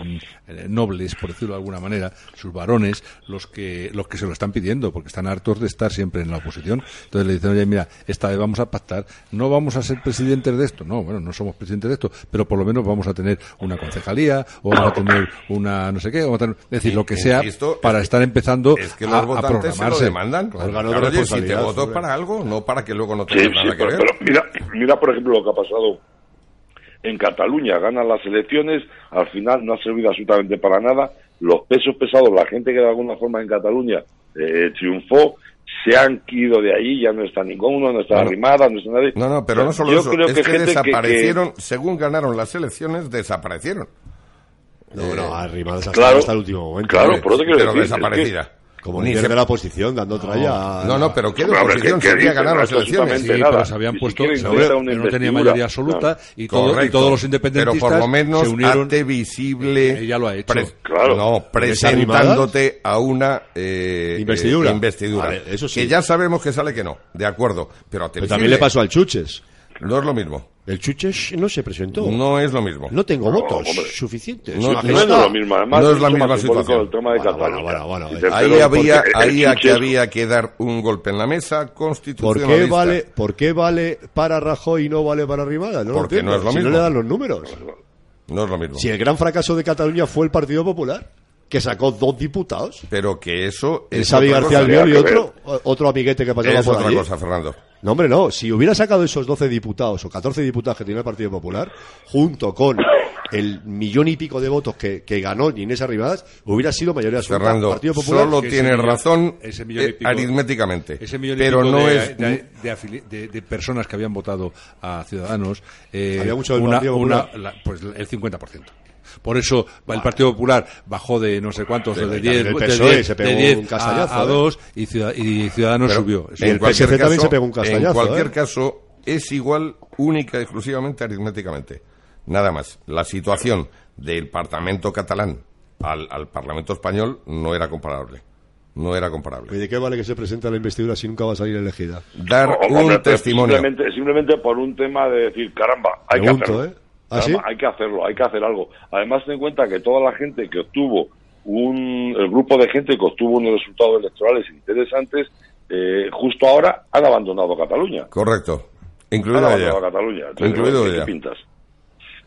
Speaker 5: eh, nobles, por decirlo de alguna manera, sus varones, los que, los que se lo están pidiendo, porque están hartos de estar siempre en la oposición. Entonces le dicen, oye, mira, esta vez vamos a pactar, no vamos a ser presidentes de esto, no, bueno, no somos presidentes de esto, pero por lo menos vamos a tener una concejalía, o vamos a tener una no sé qué, o vamos a tener- es decir, lo que sea,
Speaker 3: Insisto,
Speaker 5: para
Speaker 3: es que-
Speaker 5: estar empezando
Speaker 3: Es que
Speaker 5: a-
Speaker 3: los
Speaker 5: a,
Speaker 3: votantes se lo
Speaker 5: programarse.
Speaker 3: demandan.
Speaker 4: Claro,
Speaker 3: Claro,
Speaker 4: ganó de
Speaker 3: oye, si te
Speaker 4: responsabilidad,
Speaker 3: voto
Speaker 4: hombre.
Speaker 3: para algo, no para que luego no
Speaker 2: Sí,
Speaker 3: tengas
Speaker 2: sí,
Speaker 3: nada que
Speaker 2: pero,
Speaker 3: ver.
Speaker 2: pero mira, mira, por ejemplo, lo que ha pasado en Cataluña. Ganan las elecciones, al final no ha servido absolutamente para nada. Los pesos pesados, la gente que de alguna forma en Cataluña eh, triunfó, se han ido de allí, ya no está ninguno, no está
Speaker 3: Bueno.
Speaker 2: arrimada, no está nadie.
Speaker 3: No, no, pero no solo
Speaker 2: Yo
Speaker 3: eso.
Speaker 2: creo
Speaker 3: Es
Speaker 2: que
Speaker 3: que,
Speaker 2: gente que-
Speaker 3: desaparecieron, según ganaron las elecciones, desaparecieron.
Speaker 4: No,
Speaker 3: eh,
Speaker 4: no, arrimadas hasta,
Speaker 2: claro,
Speaker 4: hasta el último momento.
Speaker 2: claro,
Speaker 4: hombre.
Speaker 2: por eso quiero
Speaker 3: pero
Speaker 2: decir, es
Speaker 3: desaparecida.
Speaker 4: Como
Speaker 3: Ni
Speaker 4: líder
Speaker 3: se-
Speaker 4: de la oposición, dando tralla. a-
Speaker 3: No, no, pero ¿qué
Speaker 2: Hombre, ¿qué-
Speaker 3: oposición
Speaker 2: qué
Speaker 3: sería
Speaker 2: dices?
Speaker 3: ganar
Speaker 2: No,
Speaker 3: las elecciones?
Speaker 5: Sí,
Speaker 2: absolutamente nada.
Speaker 5: pero se habían
Speaker 2: Ni
Speaker 5: puesto,
Speaker 2: siquiera
Speaker 5: se
Speaker 2: intenta una
Speaker 5: había- no tenía
Speaker 2: investidura.
Speaker 5: mayoría absoluta
Speaker 2: Claro.
Speaker 5: y, todo- y
Speaker 3: Correcto.
Speaker 5: todos los independentistas
Speaker 3: Pero por lo menos
Speaker 5: se unieron. e-
Speaker 3: hazte visible.
Speaker 5: Ella lo ha hecho.
Speaker 2: Claro.
Speaker 3: No, presentándote a una eh,
Speaker 4: Investidura.
Speaker 3: eh, investidura.
Speaker 4: A ver, eso sí.
Speaker 3: Que ya sabemos que sale que no, de acuerdo. Pero, hazte
Speaker 5: Pues
Speaker 4: Pero también
Speaker 3: visible.
Speaker 4: le pasó al Chuches.
Speaker 3: No es lo mismo.
Speaker 4: El Chuches no se presentó. No,
Speaker 3: No es lo mismo.
Speaker 4: tengo
Speaker 2: No,
Speaker 4: votos
Speaker 2: hombre.
Speaker 4: suficientes.
Speaker 3: No,
Speaker 2: No es
Speaker 4: Imagínate.
Speaker 2: lo mismo, además.
Speaker 3: No es la
Speaker 2: mucho más
Speaker 3: misma
Speaker 2: simbólico
Speaker 3: situación.
Speaker 2: el tema de
Speaker 4: Bueno,
Speaker 2: Cataluña.
Speaker 4: bueno, bueno, bueno.
Speaker 2: Y tercero,
Speaker 3: Ahí había,
Speaker 2: porque
Speaker 3: ahí
Speaker 2: el
Speaker 3: a- que
Speaker 2: Sánchez-
Speaker 3: había que dar un golpe en la mesa
Speaker 4: ¿Por
Speaker 3: constitucionalista.
Speaker 4: qué, vale, ¿Por qué vale para Rajoy y no vale para Arrimadas? No lo
Speaker 3: Porque no
Speaker 4: entiendo.
Speaker 3: es lo
Speaker 4: Si
Speaker 3: mismo.
Speaker 4: no le dan los números.
Speaker 3: No es lo mismo.
Speaker 4: Si el gran fracaso de Cataluña fue el Partido Popular, que sacó dos diputados,
Speaker 3: Pero que eso
Speaker 4: el
Speaker 3: es
Speaker 4: Xavi
Speaker 3: otra
Speaker 4: García
Speaker 3: cosa.
Speaker 4: Albiol y
Speaker 2: Habría que
Speaker 4: otro, o- otro amiguete que pasaba
Speaker 3: Es
Speaker 4: por
Speaker 3: otra
Speaker 4: allí.
Speaker 3: cosa, Fernando.
Speaker 4: No, hombre, no. Si hubiera sacado esos 12 diputados o 14 diputados que tenía el Partido Popular, junto con el millón y pico de votos que, que ganó Inés Arribadas, hubiera sido mayoría absoluta.
Speaker 3: Fernando,
Speaker 4: Partido Popular,
Speaker 3: solo
Speaker 5: que ese
Speaker 3: tienes
Speaker 5: millón-
Speaker 3: razón
Speaker 5: ese millón y
Speaker 3: eh,
Speaker 5: pico-
Speaker 3: aritméticamente.
Speaker 5: Ese millón y
Speaker 3: pero
Speaker 5: pico
Speaker 3: no
Speaker 5: de,
Speaker 3: es.
Speaker 5: de, de afili- de- de personas que habían votado a Ciudadanos. eh,
Speaker 4: Había mucho del
Speaker 5: una-
Speaker 4: Partido
Speaker 5: una-
Speaker 4: Popular.
Speaker 5: la- Pues el 50%. Por eso el Partido Popular bajó de no sé cuántos,
Speaker 4: Pero
Speaker 5: de
Speaker 4: y también
Speaker 5: 10
Speaker 4: el
Speaker 5: de
Speaker 4: PSOE
Speaker 5: 10,
Speaker 4: se pegó
Speaker 5: de 10
Speaker 4: un castañazo,
Speaker 5: a, a
Speaker 4: ¿eh?
Speaker 5: 2 y, Ciudad- y Ciudadanos
Speaker 3: Pero
Speaker 5: subió. Eso-
Speaker 4: Y el
Speaker 3: en cualquier
Speaker 4: PSC también
Speaker 3: caso-
Speaker 4: se pegó un castañazo,
Speaker 3: En cualquier
Speaker 4: ¿eh?
Speaker 3: caso, es igual única y exclusivamente aritméticamente. Nada más. La situación del Parlamento catalán al, al Parlamento español no era comparable. No era
Speaker 4: ¿Y
Speaker 3: comparable.
Speaker 4: de qué vale que se presente a la investidura si nunca va a salir elegida?
Speaker 3: Dar
Speaker 2: O- hombre,
Speaker 3: un
Speaker 2: pero
Speaker 3: testimonio.
Speaker 2: Simplemente, simplemente por un tema de decir, caramba, hay que
Speaker 4: Pregunto,
Speaker 2: hacerlo.
Speaker 4: ¿eh? ¿Ah, sí?
Speaker 2: Caramba, Hay que hacerlo, hay que hacer algo. Además, ten en cuenta que toda la gente que obtuvo un, el grupo de gente que obtuvo unos resultados electorales interesantes, eh, justo ahora han abandonado Cataluña.
Speaker 3: Correcto.
Speaker 2: Han
Speaker 3: Incluido ella.
Speaker 2: abandonado Cataluña. Entonces,
Speaker 3: Incluido
Speaker 2: ¿qué,
Speaker 3: ella.
Speaker 2: pintas?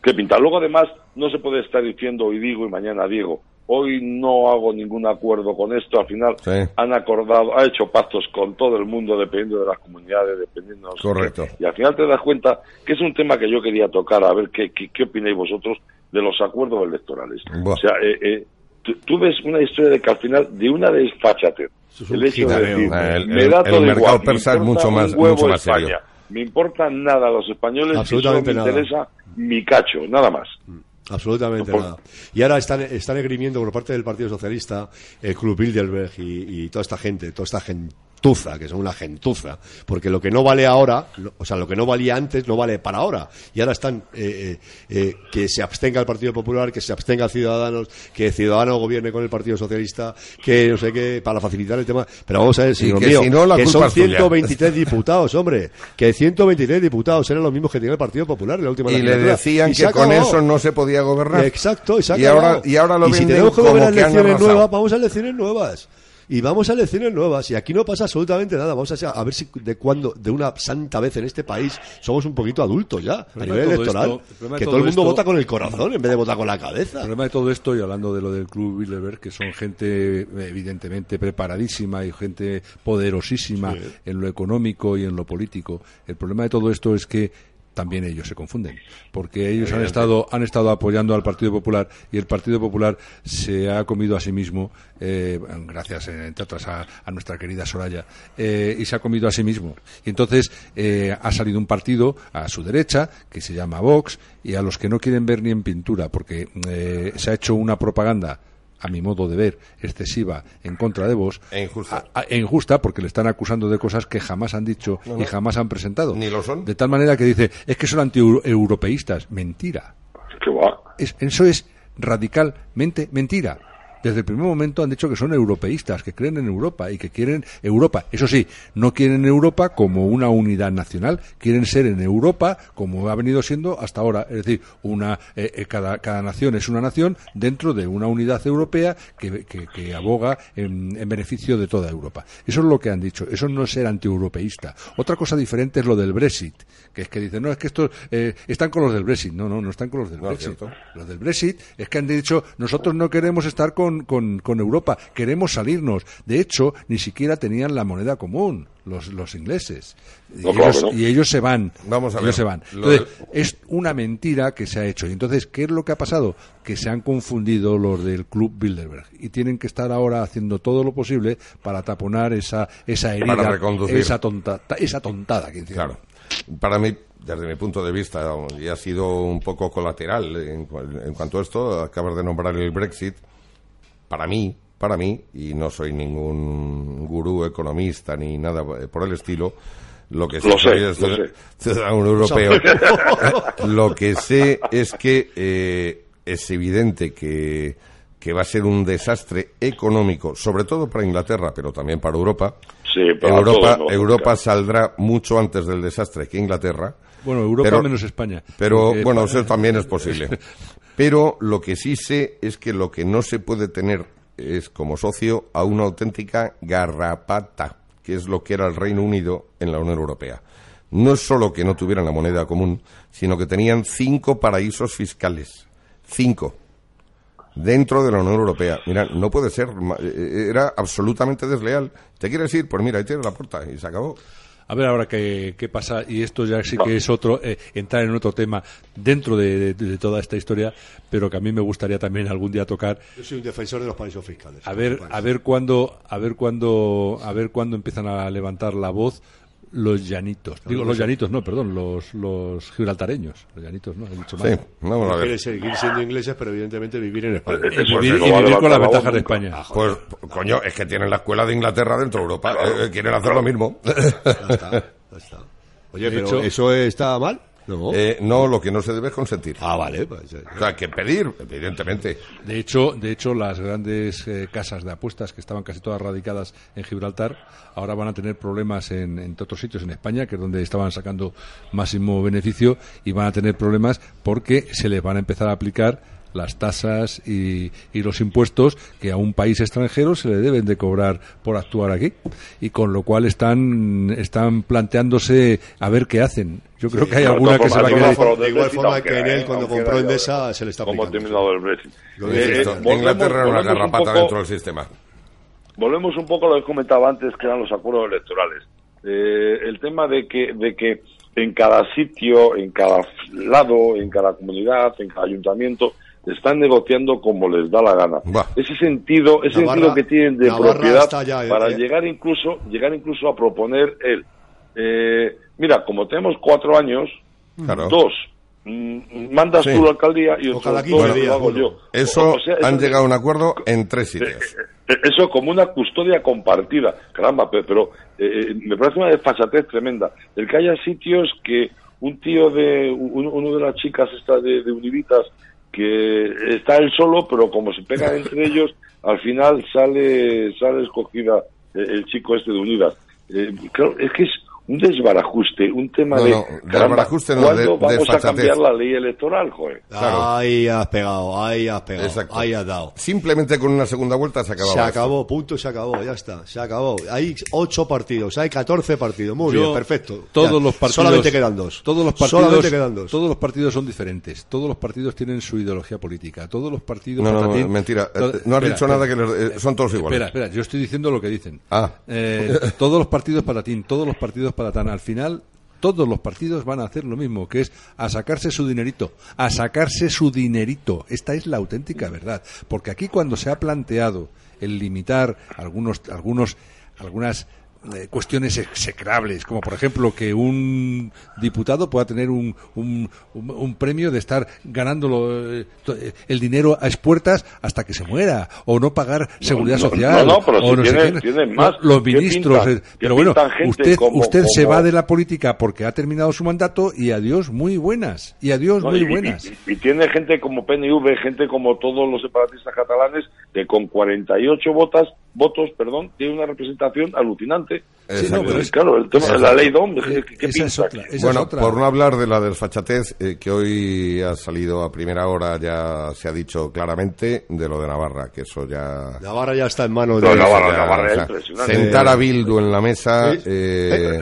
Speaker 2: ¿Qué pintas? Luego, además, no se puede estar diciendo hoy digo y mañana digo. Hoy no hago ningún acuerdo con esto. Al final
Speaker 3: Sí.
Speaker 2: han acordado, ha hecho pactos con todo el mundo, dependiendo de las comunidades, dependiendo. no sé
Speaker 3: Correcto.
Speaker 2: qué. Y al final te das cuenta que es un tema que yo quería tocar, a ver qué, qué, qué opináis vosotros de los acuerdos electorales.
Speaker 3: Buah.
Speaker 2: O sea, eh, eh, tú, tú ves una historia de que al final, de una desfachatez.
Speaker 4: Eso es un
Speaker 2: El hecho de
Speaker 4: gitaneo.
Speaker 2: decir,
Speaker 3: Eh, el-
Speaker 2: me
Speaker 3: el-
Speaker 2: da
Speaker 3: el
Speaker 2: todo
Speaker 3: mercado
Speaker 2: igual, me
Speaker 3: persa es
Speaker 2: importa
Speaker 3: mucho más-
Speaker 2: un huevo
Speaker 3: mucho más serio.
Speaker 2: España. Me importa nada a los españoles,
Speaker 4: Absolutamente
Speaker 2: y solo me
Speaker 4: nada.
Speaker 2: interesa mi cacho, nada más.
Speaker 4: Absolutamente
Speaker 2: Por-
Speaker 4: nada. Y ahora están, están esgrimiendo por parte del Partido Socialista, el Club Bilderberg y, y toda esta gente, toda esta gentuza, que son una gentuza, porque lo que no vale ahora, lo- o sea, lo que no valía antes, no vale para ahora. Y ahora están eh, eh, eh, que se abstenga el Partido Popular, que se abstenga Ciudadanos, que Ciudadanos gobierne con el Partido Socialista, que no sé qué, para facilitar el tema. Pero vamos a ver, señor
Speaker 3: que
Speaker 4: mío,
Speaker 3: si no, la
Speaker 4: que
Speaker 3: culpa
Speaker 4: son
Speaker 3: es tuya.
Speaker 4: 123 diputados, hombre, que 123 diputados eran los mismos que tenía el Partido Popular en la última
Speaker 3: Y le
Speaker 4: legislatura.
Speaker 3: decían
Speaker 4: Y se
Speaker 3: que
Speaker 4: ha
Speaker 3: con
Speaker 4: acabado.
Speaker 3: eso no se podía gobernar.
Speaker 4: Exacto, exacto.
Speaker 3: Y ahora, y ahora lo
Speaker 4: si
Speaker 3: venden
Speaker 4: tenemos que
Speaker 3: como
Speaker 4: volver a
Speaker 3: que han
Speaker 4: elecciones
Speaker 3: arrasado.
Speaker 4: nuevas, vamos a elecciones nuevas. Y vamos a elecciones nuevas. Y aquí no pasa absolutamente nada. Vamos a, a ver si de cuándo, de una santa vez en este país, somos un poquito adultos ya, a
Speaker 5: problema
Speaker 4: nivel
Speaker 5: de todo
Speaker 4: electoral.
Speaker 5: esto- el problema de
Speaker 4: que todo
Speaker 5: todo
Speaker 4: el mundo
Speaker 5: esto-
Speaker 4: vota con el corazón en vez de votar con la cabeza.
Speaker 5: El problema de todo esto, y hablando de lo del Club Bilderberg, que son gente eh, evidentemente preparadísima y gente poderosísima en lo económico y en lo político, el problema de todo esto es que también ellos se confunden, porque ellos han estado, han estado apoyando al Partido Popular y el Partido Popular se ha comido a sí mismo, eh, gracias eh, entre otras a, a nuestra querida Soraya, eh, y se ha comido a sí mismo. Y entonces eh, ha salido un partido a su derecha que se llama Vox y a los que no quieren ver ni en pintura porque eh, se ha hecho una propaganda a mi modo de ver, excesiva en contra de Vox.
Speaker 3: E injusta.
Speaker 5: A- a- e injusta porque le están acusando de cosas que jamás han dicho y jamás han
Speaker 4: pues,
Speaker 5: presentado.
Speaker 3: Ni lo son.
Speaker 5: De tal manera que dice, es que son anti-europeístas. Mentira.
Speaker 2: Que va.
Speaker 5: Es- eso es radicalmente mentira. Desde el primer momento han dicho que son europeístas, que creen en Europa y que quieren Europa. Eso sí, no quieren Europa como una unidad nacional, quieren ser en Europa como ha venido siendo hasta ahora. Es decir, una, eh, eh, cada, cada nación es una nación dentro de una unidad europea que, que- que aboga en, en beneficio de toda Europa. Eso es lo que han dicho. Eso no es ser antieuropeísta. Otra cosa diferente es lo del Brexit, que es que dicen, no, es que estos eh, están con los del Brexit. No, no, no están con los del
Speaker 3: No, es
Speaker 5: Brexit.
Speaker 3: cierto.
Speaker 5: Los del Brexit es que han dicho, nosotros no queremos estar con, con- con Europa, queremos salirnos. De hecho, ni siquiera tenían la moneda común los, los ingleses. Y,
Speaker 2: No, claro
Speaker 5: ellos,
Speaker 2: que no.
Speaker 5: y ellos se van.
Speaker 3: Vamos a
Speaker 5: ellos
Speaker 3: ver.
Speaker 5: se van.
Speaker 3: Lo
Speaker 5: Entonces, es una mentira que se ha hecho. Y entonces, ¿qué es lo que ha pasado? Que se han confundido los del Club Bilderberg. Y tienen que estar ahora haciendo todo lo posible para taponar esa, esa herida,
Speaker 3: reconducir.
Speaker 5: esa, tonta, ta- esa tontada que hicieron.
Speaker 3: Claro. Para mí, desde mi punto de vista, y ha sido un poco colateral en, cu- en cuanto a esto, acabas de nombrar el Brexit. Para mí, para mí, y no soy ningún gurú economista ni nada eh, por el estilo, lo que sí
Speaker 2: Lo sé,
Speaker 3: soy es
Speaker 2: lo
Speaker 3: ciud-
Speaker 2: sé.
Speaker 3: ciudadano europeo. lo que sé es que eh, es evidente que, que va a ser un desastre económico, sobre todo para Inglaterra, pero también para Europa.
Speaker 2: Sí, pero a
Speaker 3: Europa,
Speaker 2: todos nos
Speaker 3: Europa
Speaker 2: toca.
Speaker 3: saldrá mucho antes del desastre que Inglaterra.
Speaker 5: Bueno, Europa
Speaker 3: Pero-
Speaker 5: menos España.
Speaker 3: Pero
Speaker 5: Porque
Speaker 3: bueno,
Speaker 5: España-
Speaker 3: eso también es posible. Pero lo que sí sé es que lo que no se puede tener es como socio a una auténtica garrapata, que es lo que era el Reino Unido en la Unión Europea. No es solo que no tuvieran la moneda común, sino que tenían cinco paraísos fiscales. Cinco dentro de la Unión Europea. Mira, no puede ser, ma- eh, era absolutamente desleal. ¿Te quieres ir? Pues mira, ahí tienes la puerta y se acabó.
Speaker 5: A ver ahora qué, qué pasa, y esto ya sí que es otro, eh, entrar en otro tema dentro de, de- de toda esta historia, pero que a mí me gustaría también algún día tocar,
Speaker 4: Yo soy un defensor de los paraísos fiscales.
Speaker 5: a ver, a ver cuándo, a ver cuándo, a ver cuándo empiezan a levantar la voz Los llanitos. Digo, los llanitos, no, perdón, los, los gibraltareños. Los llanitos, no, he dicho mal.
Speaker 3: Sí, vamos a
Speaker 1: Quieren
Speaker 3: ver.
Speaker 1: seguir siendo ingleses, pero evidentemente vivir en España.
Speaker 5: Y
Speaker 2: Eso pues se
Speaker 5: Eh, vivir,
Speaker 2: lo
Speaker 5: y
Speaker 2: va a
Speaker 5: vivir con las
Speaker 2: levantar la voz
Speaker 5: ventajas de
Speaker 2: nunca.
Speaker 5: España.
Speaker 3: Pues, coño, es que tienen la escuela de Inglaterra dentro de Europa. eh, eh, quieren hacer lo mismo.
Speaker 4: Ya está, ya está. Oye,
Speaker 5: De
Speaker 4: pero
Speaker 5: hecho-
Speaker 4: ¿eso está mal? No.
Speaker 3: Eh, no, lo que no se debe es consentir.
Speaker 4: ah, vale. pues, eh,
Speaker 3: O sea, que pedir, evidentemente.
Speaker 5: De hecho, de hecho, las grandes eh, casas de apuestas que estaban casi todas radicadas en Gibraltar, ahora van a tener problemas en, en otros sitios, en España, que es donde estaban sacando máximo beneficio, y van a tener problemas porque se les van a empezar a aplicar las tasas y, y los impuestos que a un país extranjero se le deben de cobrar por actuar aquí. Y con lo cual están, están planteándose a ver qué hacen. Yo creo que hay
Speaker 2: de
Speaker 5: alguna
Speaker 2: todas
Speaker 5: que se va
Speaker 2: formas,
Speaker 5: a
Speaker 2: de
Speaker 5: quedar.
Speaker 2: todas
Speaker 4: quedar- de igual forma
Speaker 2: aunque
Speaker 4: que en él,
Speaker 2: haya-
Speaker 4: cuando
Speaker 2: aunque
Speaker 4: compró
Speaker 2: haya-
Speaker 4: Endesa, se le está
Speaker 2: ¿Cómo ha
Speaker 4: aplicando.
Speaker 2: terminado el Brexit?
Speaker 4: Lo
Speaker 2: Eh,
Speaker 4: dice
Speaker 2: eh,
Speaker 3: Insisto,
Speaker 2: volvemos-
Speaker 3: Inglaterra era una
Speaker 2: volvemos un
Speaker 3: garrapata
Speaker 2: poco-
Speaker 3: dentro del sistema.
Speaker 2: Volvemos un poco a lo que comentaba antes, que eran los acuerdos electorales. Eh, el tema de que, de que en cada sitio, en cada lado, en cada comunidad, en cada ayuntamiento, están negociando como les da la gana.
Speaker 3: Buah.
Speaker 2: Ese sentido, ese
Speaker 4: Navarra-
Speaker 2: sentido que tienen de
Speaker 4: Navarra está
Speaker 2: propiedad
Speaker 4: ya, eh,
Speaker 2: para
Speaker 4: eh.
Speaker 2: llegar incluso, llegar incluso a proponer él. Eh, mira, como tenemos cuatro años,
Speaker 3: Claro.
Speaker 2: dos, mm, mandas
Speaker 3: Sí.
Speaker 2: tú la alcaldía y
Speaker 4: Ojalá
Speaker 2: otros
Speaker 4: quince
Speaker 2: dos
Speaker 4: días,
Speaker 2: lo hago
Speaker 4: uno.
Speaker 2: yo.
Speaker 3: Eso
Speaker 2: O- o sea,
Speaker 3: han
Speaker 2: eso-
Speaker 3: llegado a un acuerdo en tres sitios.
Speaker 2: eh, Eso como una custodia compartida. Caramba, pe- pero eh, eh, me parece una desfachatez tremenda. El que haya sitios que un tío de, un- uno de las chicas esta de, de Univitas, que está él solo, pero como se pegan entre ellos, al final sale, sale escogida eh, el chico este de Unidas. Eh, claro, es que es un desbarajuste, un tema
Speaker 3: No,
Speaker 2: de...
Speaker 3: no, desbarajuste no,
Speaker 2: ¿cuándo
Speaker 3: de-
Speaker 2: vamos a
Speaker 3: desfachatez.
Speaker 2: cambiar la ley electoral, joder?
Speaker 3: Claro.
Speaker 4: Ahí has pegado, ahí has
Speaker 2: eh,
Speaker 4: pegado,
Speaker 3: Exacto.
Speaker 4: ahí has dado.
Speaker 3: Simplemente con una segunda vuelta se acababa.
Speaker 4: Se
Speaker 3: esto.
Speaker 4: acabó, punto, se acabó, ya está, se acabó. Hay ocho partidos, hay 14 partidos, muy
Speaker 5: Yo-
Speaker 4: bien, perfecto.
Speaker 5: Todos
Speaker 4: Ya,
Speaker 5: los partidos.
Speaker 4: Solamente quedan dos.
Speaker 5: Todos los partidos.
Speaker 4: Solamente quedan dos.
Speaker 5: Todos los partidos son diferentes. Todos los partidos tienen su ideología política. Todos los partidos.
Speaker 3: No, no,
Speaker 5: patatín,
Speaker 3: mentira. Eh,
Speaker 5: todo-
Speaker 3: no has
Speaker 5: espera,
Speaker 3: dicho nada que los- eh, son todos iguales.
Speaker 5: Espera, espera, yo estoy diciendo lo que dicen.
Speaker 3: Ah.
Speaker 5: Eh, todos los partidos patatín, todos los partidos patatán. Al final, todos los partidos van a hacer lo mismo, que es a sacarse su dinerito. A sacarse su dinerito. Esta es la auténtica verdad. Porque aquí, cuando se ha planteado el limitar algunos, algunos, algunas eh, cuestiones execrables, como por ejemplo que un diputado pueda tener un, un- un- un premio de estar ganándolo eh, to- eh, el dinero a expuertas hasta que se muera, o no pagar seguridad
Speaker 2: no,
Speaker 5: social,
Speaker 2: no, no, pero
Speaker 5: o
Speaker 2: si
Speaker 5: no sé
Speaker 2: tiene-
Speaker 5: qué.
Speaker 2: tiene más.
Speaker 5: los
Speaker 2: ¿Qué
Speaker 5: ministros,
Speaker 2: pintan?
Speaker 5: eh,
Speaker 2: ¿Qué
Speaker 5: pero bueno,
Speaker 2: pintan gente
Speaker 5: usted,
Speaker 2: como-
Speaker 5: usted se
Speaker 2: como-
Speaker 5: va de la política porque ha terminado su mandato y adiós muy buenas, y adiós
Speaker 2: No,
Speaker 5: muy
Speaker 2: y-
Speaker 5: buenas.
Speaker 2: Y, y tiene gente como PNV, gente como todos los separatistas catalanes, que con 48 votas, votos, perdón, tiene una representación alucinante.
Speaker 3: Sí, no, pero
Speaker 5: Eh, es-
Speaker 2: claro, el tema de la ley DOM,
Speaker 5: Eh,
Speaker 2: ¿qué- qué
Speaker 5: esa es
Speaker 2: pinta?
Speaker 5: otra, esa es
Speaker 3: bueno,
Speaker 5: otra.
Speaker 3: por no hablar de la desfachatez eh, que hoy ha salido a primera hora, ya se ha dicho claramente de lo de Navarra, que eso ya.
Speaker 4: Navarra ya está en manos
Speaker 2: No,
Speaker 4: de.
Speaker 2: Navarra,
Speaker 3: ya,
Speaker 2: Navarra es
Speaker 3: o sea,
Speaker 2: impresionante.
Speaker 3: sentar a Bildu en la mesa,
Speaker 4: Sí.
Speaker 3: eh,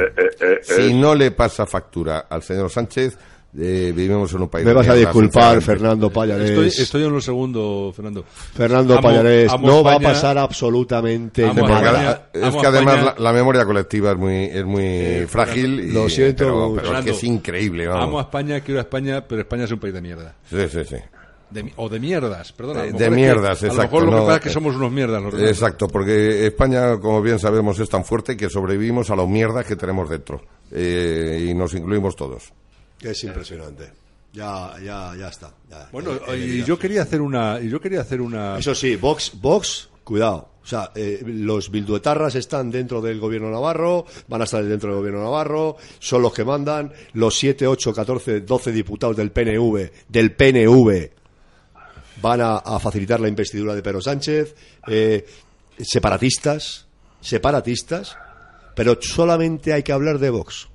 Speaker 3: si no le pasa factura al señor Sánchez, eh, vivimos en un país.
Speaker 4: Me vas a
Speaker 3: de mierda,
Speaker 4: disculpar,
Speaker 3: sinceramente.
Speaker 4: Fernando Pallarés.
Speaker 5: Estoy, estoy en lo segundo, Fernando.
Speaker 4: Fernando
Speaker 5: Amo-
Speaker 4: Pallarés,
Speaker 5: amo
Speaker 4: no va a
Speaker 5: España.
Speaker 4: pasar absolutamente
Speaker 5: Amo
Speaker 3: Porque
Speaker 5: España.
Speaker 4: nada.
Speaker 3: la- es
Speaker 5: vamos
Speaker 3: que
Speaker 5: a España.
Speaker 3: además la, la memoria colectiva es muy, es muy frágil. y-
Speaker 4: lo siento
Speaker 3: pero,
Speaker 4: mucho.
Speaker 3: pero es que es
Speaker 5: Fernando,
Speaker 3: increíble. vamos.
Speaker 5: Amo a España, quiero a España, pero España es un país de mierda.
Speaker 3: Sí, sí, sí.
Speaker 5: De mi- o de mierdas, perdón.
Speaker 3: Eh, de mierdas,
Speaker 5: A lo
Speaker 3: exacto,
Speaker 5: mejor lo que
Speaker 3: no,
Speaker 5: pasa es que
Speaker 3: eh,
Speaker 5: somos unos mierdas los demás.
Speaker 3: Exacto, porque España, como bien sabemos, es tan fuerte que sobrevivimos a las mierdas que tenemos dentro. Eh, y nos incluimos todos.
Speaker 4: Es impresionante. Ya, ya, ya está. ya.
Speaker 5: Bueno,
Speaker 4: Eh, eh,
Speaker 5: y
Speaker 4: mira.
Speaker 5: yo quería hacer una, y yo quería hacer una.
Speaker 4: Eso sí, Vox, Vox, cuidado. O sea, eh, los bilduetarras están dentro del gobierno navarro, van a estar dentro del gobierno navarro, son los que mandan. Los 7, 8, 14, 12 diputados del PNV, del PNV, van a, a facilitar la investidura de Pedro Sánchez. eh, separatistas, separatistas, pero solamente hay que hablar de Vox.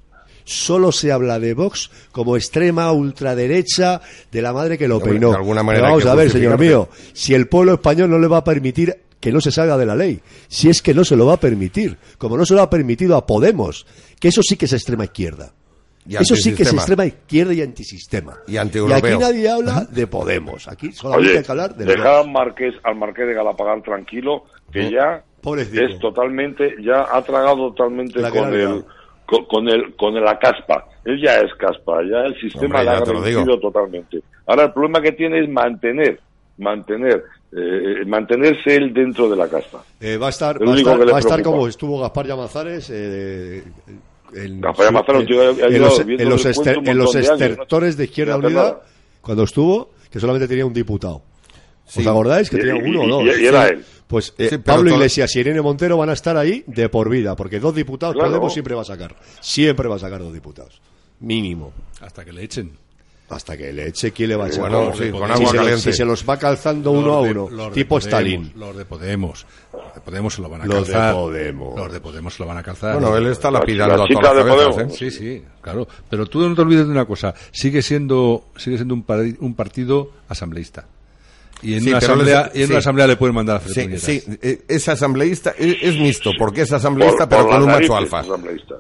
Speaker 4: Solo se habla de Vox como extrema ultraderecha de la madre que lo
Speaker 3: Hombre,
Speaker 4: peinó.
Speaker 3: de alguna
Speaker 4: Pero
Speaker 3: manera hay
Speaker 4: vamos
Speaker 3: que
Speaker 4: a ver, señor
Speaker 3: justificarte.
Speaker 4: mío, si el pueblo español no le va a permitir que no se salga de la ley, si es que no se lo va a permitir, como no se lo ha permitido a Podemos, que eso sí que es extrema izquierda.
Speaker 3: Y
Speaker 4: eso sí que es
Speaker 3: antisistema.
Speaker 4: extrema izquierda y antisistema.
Speaker 3: Y antieuropeo.
Speaker 4: aquí nadie habla de Podemos, aquí solamente
Speaker 2: Oye,
Speaker 4: hay que hablar de
Speaker 2: dejar
Speaker 4: Podemos.
Speaker 2: al marqués, al marqués de Galapagar tranquilo, que ya
Speaker 4: Pobrecito.
Speaker 2: es totalmente, ya ha tragado totalmente
Speaker 4: La que
Speaker 2: con
Speaker 4: le ha
Speaker 2: el,
Speaker 4: liado.
Speaker 2: con, con el, con la caspa. Él ya es caspa, ya el sistema
Speaker 3: Hombre,
Speaker 2: la
Speaker 3: ya
Speaker 2: ha
Speaker 3: te lo digo.
Speaker 2: vencido totalmente. Ahora el problema que tiene es mantener, mantener, eh, mantenerse él dentro de la caspa.
Speaker 4: Eh, va a estar,
Speaker 2: Lo
Speaker 4: va a
Speaker 2: único
Speaker 4: estar-
Speaker 2: que le
Speaker 4: va a estar
Speaker 2: preocupa.
Speaker 4: como estuvo Gaspar Llamazares, eh, eh, en
Speaker 2: Rafael
Speaker 4: su-
Speaker 2: Mazaro,
Speaker 4: en-
Speaker 2: yo he- he
Speaker 4: en
Speaker 2: ayudado
Speaker 4: los,
Speaker 2: viendo
Speaker 4: en los
Speaker 2: el cuento
Speaker 4: ester-
Speaker 2: un
Speaker 4: en los
Speaker 2: montón de años, ¿no?
Speaker 4: estertores de Izquierda
Speaker 2: No hace
Speaker 4: Unida
Speaker 2: nada.
Speaker 4: cuando estuvo, que solamente tenía un diputado.
Speaker 3: Sí.
Speaker 4: ¿Os acordáis? Que
Speaker 2: Y-
Speaker 4: tenía
Speaker 2: y-
Speaker 4: uno o
Speaker 2: y-
Speaker 4: dos.
Speaker 2: y era él.
Speaker 4: Pues eh,
Speaker 3: Sí, pero
Speaker 4: Pablo
Speaker 3: todo-
Speaker 4: Iglesias y Irene Montero van a estar ahí de por vida, porque dos diputados
Speaker 2: Claro.
Speaker 4: Podemos siempre va a sacar. Siempre va a sacar dos diputados. Mínimo.
Speaker 5: Hasta que le echen.
Speaker 4: Hasta que le eche, ¿quién le va a echar?
Speaker 3: bueno,
Speaker 4: Si
Speaker 3: sí, con
Speaker 4: se
Speaker 3: agua
Speaker 4: los-
Speaker 3: caliente.
Speaker 4: si se los va calzando uno a
Speaker 5: Los de-
Speaker 4: uno,
Speaker 5: los de
Speaker 4: tipo
Speaker 5: Podemos,
Speaker 4: Stalin.
Speaker 5: Los de Podemos. Los de Podemos se lo van a
Speaker 4: Los de
Speaker 5: calzar.
Speaker 4: Podemos.
Speaker 5: Los de Podemos se lo van a calzar.
Speaker 3: Bueno, él está
Speaker 2: La
Speaker 3: lapidando a
Speaker 2: chica
Speaker 3: todas las
Speaker 2: de
Speaker 3: cabezas,
Speaker 2: Podemos.
Speaker 5: Sí,
Speaker 3: ¿eh?
Speaker 5: sí, claro. Pero tú no te olvides de una cosa. Sigue siendo, sigue siendo un, pari- un partido asambleísta. Y en,
Speaker 3: Sí,
Speaker 5: una,
Speaker 3: pero les-
Speaker 5: asamblea, y en
Speaker 3: sí.
Speaker 5: una asamblea le pueden mandar a hacer
Speaker 3: Sí,
Speaker 5: puñetas.
Speaker 3: sí, eh, es asambleísta, es, es mixto, porque es asambleísta
Speaker 2: Por-
Speaker 3: pero
Speaker 2: por
Speaker 3: con
Speaker 2: las
Speaker 3: un macho
Speaker 2: narices,
Speaker 3: alfa.
Speaker 2: es asambleísta.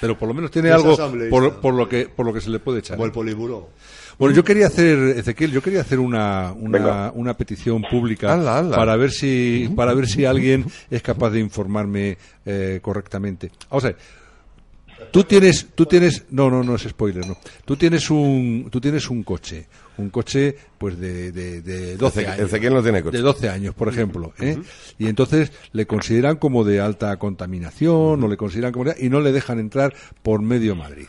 Speaker 5: Pero por lo menos tiene
Speaker 4: Es
Speaker 5: algo
Speaker 4: asambleísta.
Speaker 5: por, por lo que, por lo que se le puede echar.
Speaker 4: Como el poliburó.
Speaker 5: Bueno, yo quería hacer, Ezequiel, yo quería hacer una, una,
Speaker 2: Venga.
Speaker 5: una petición pública
Speaker 3: Hazla, hazla.
Speaker 5: para ver si para ver si alguien es capaz de informarme eh, correctamente. Vamos a ver. Tú tienes, tú tienes, no, no, no es spoiler, no. Tú tienes un, tú tienes un coche, un coche, pues de, de, de 12
Speaker 3: Ezequiel-
Speaker 5: años.
Speaker 3: Ezequiel no tiene coche.
Speaker 5: De 12 años, por ejemplo, ¿eh? Y entonces le consideran como de alta contaminación, o le consideran como, y no le dejan entrar por medio Madrid.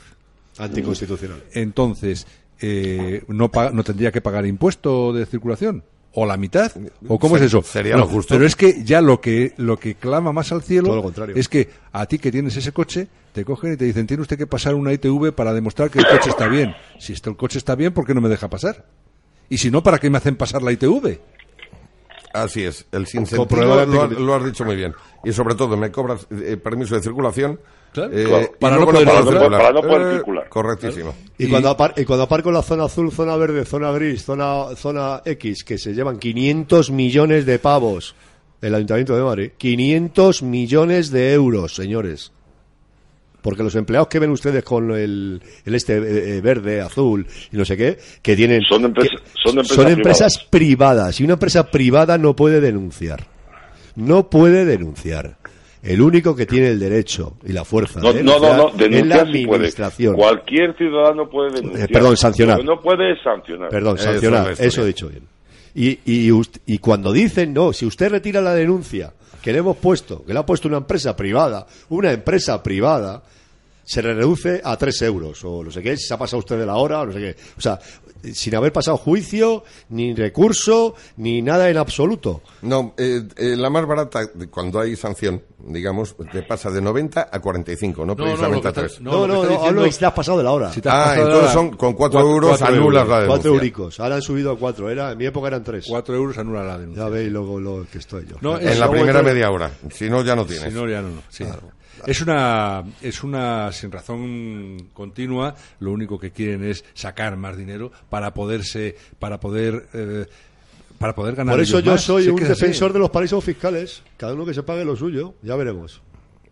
Speaker 4: Anticonstitucional.
Speaker 5: Entonces, eh, no, pa- no tendría que pagar impuesto de circulación. ¿O la mitad? ¿O cómo es
Speaker 3: Se-
Speaker 5: eso?
Speaker 3: sería
Speaker 5: No,
Speaker 3: lo justo.
Speaker 5: Pero es que ya lo que, lo que clama más al cielo
Speaker 4: Todo lo contrario.
Speaker 5: es que a ti que tienes ese coche, te cogen y te dicen, tiene usted que pasar una ITV para demostrar que el coche está bien. Si esto, el coche está bien, ¿por qué no me deja pasar? Y si no, ¿para qué me hacen pasar la ITV?
Speaker 3: Así es, el
Speaker 4: Comprueba
Speaker 3: sinsentido
Speaker 4: la
Speaker 3: lo, ha-
Speaker 4: anticomi-
Speaker 3: lo has dicho muy bien. Y sobre todo, me cobras eh, permiso de circulación
Speaker 5: Claro.
Speaker 3: eh,
Speaker 5: Claro.
Speaker 3: y
Speaker 5: Para
Speaker 3: luego
Speaker 5: no poder
Speaker 3: puedo
Speaker 2: circular. Para no poder
Speaker 3: Eh,
Speaker 2: circular.
Speaker 3: Correctísimo.
Speaker 4: Y,
Speaker 5: Y-
Speaker 4: cuando apar- y cuando aparco la zona azul, zona verde, zona gris, zona, zona X, que se llevan 500 millones de pavos el Ayuntamiento de Madrid, 500 millones de euros, señores. Porque los empleados que ven ustedes con el, el este eh, eh, verde, azul y no sé qué, que tienen...
Speaker 2: Son de empresa-
Speaker 4: que-
Speaker 2: son de empresas
Speaker 4: son empresas privadas. Y una empresa privada no puede denunciar. No puede denunciar. El único que tiene el derecho y la fuerza
Speaker 2: No,
Speaker 4: de
Speaker 2: no, no, no,
Speaker 4: denunciar es la
Speaker 2: denunciar sí puede.
Speaker 4: administración.
Speaker 2: Cualquier ciudadano puede denunciar.
Speaker 4: Eh, perdón, sancionar.
Speaker 2: Lo que no puede es sancionar.
Speaker 4: Perdón,
Speaker 3: Eso es
Speaker 4: sancionar,
Speaker 3: la
Speaker 4: eso,
Speaker 3: historia.
Speaker 4: he dicho bien. Y, y, ust- y cuando dicen, no, si usted retira la denuncia que le hemos puesto, que le ha puesto una empresa privada, una empresa privada, se le reduce a 3 euros, o no sé qué, si se ha pasado usted de la hora, o no sé qué. O sea, sin haber pasado juicio, ni recurso, ni nada en absoluto.
Speaker 3: No, eh, eh, la más barata, de- cuando hay sanción, digamos, te pasa de 90 a 45, no, precisamente a 3.
Speaker 4: No, no, no, hablo de si te has pasado de la hora.
Speaker 5: Si te has
Speaker 3: Ah,
Speaker 5: pasado de
Speaker 3: entonces
Speaker 5: la-
Speaker 3: son con 4
Speaker 5: cuatro-
Speaker 3: euros
Speaker 5: cuatro
Speaker 3: anulas
Speaker 5: euros.
Speaker 3: la denuncia.
Speaker 4: Cuatro euricos, ahora han subido a cuatro, era, en mi época eran tres.
Speaker 5: Cuatro euros anula la denuncia.
Speaker 4: Ya veis lo, lo que estoy yo.
Speaker 5: No, es-
Speaker 3: En la
Speaker 5: Luego
Speaker 3: primera
Speaker 5: entonces-
Speaker 3: media hora, si no ya no tienes.
Speaker 5: Si no, ya no, no. Sí. Es una es una sin razón continua. Lo único que quieren es sacar más dinero para poderse para poder eh, para poder ganar.
Speaker 4: Por eso
Speaker 5: ellos
Speaker 4: yo
Speaker 5: más.
Speaker 4: soy
Speaker 5: Si es
Speaker 4: un
Speaker 5: que es así.
Speaker 4: defensor de los paraísos fiscales. Cada uno que se pague lo suyo, ya veremos.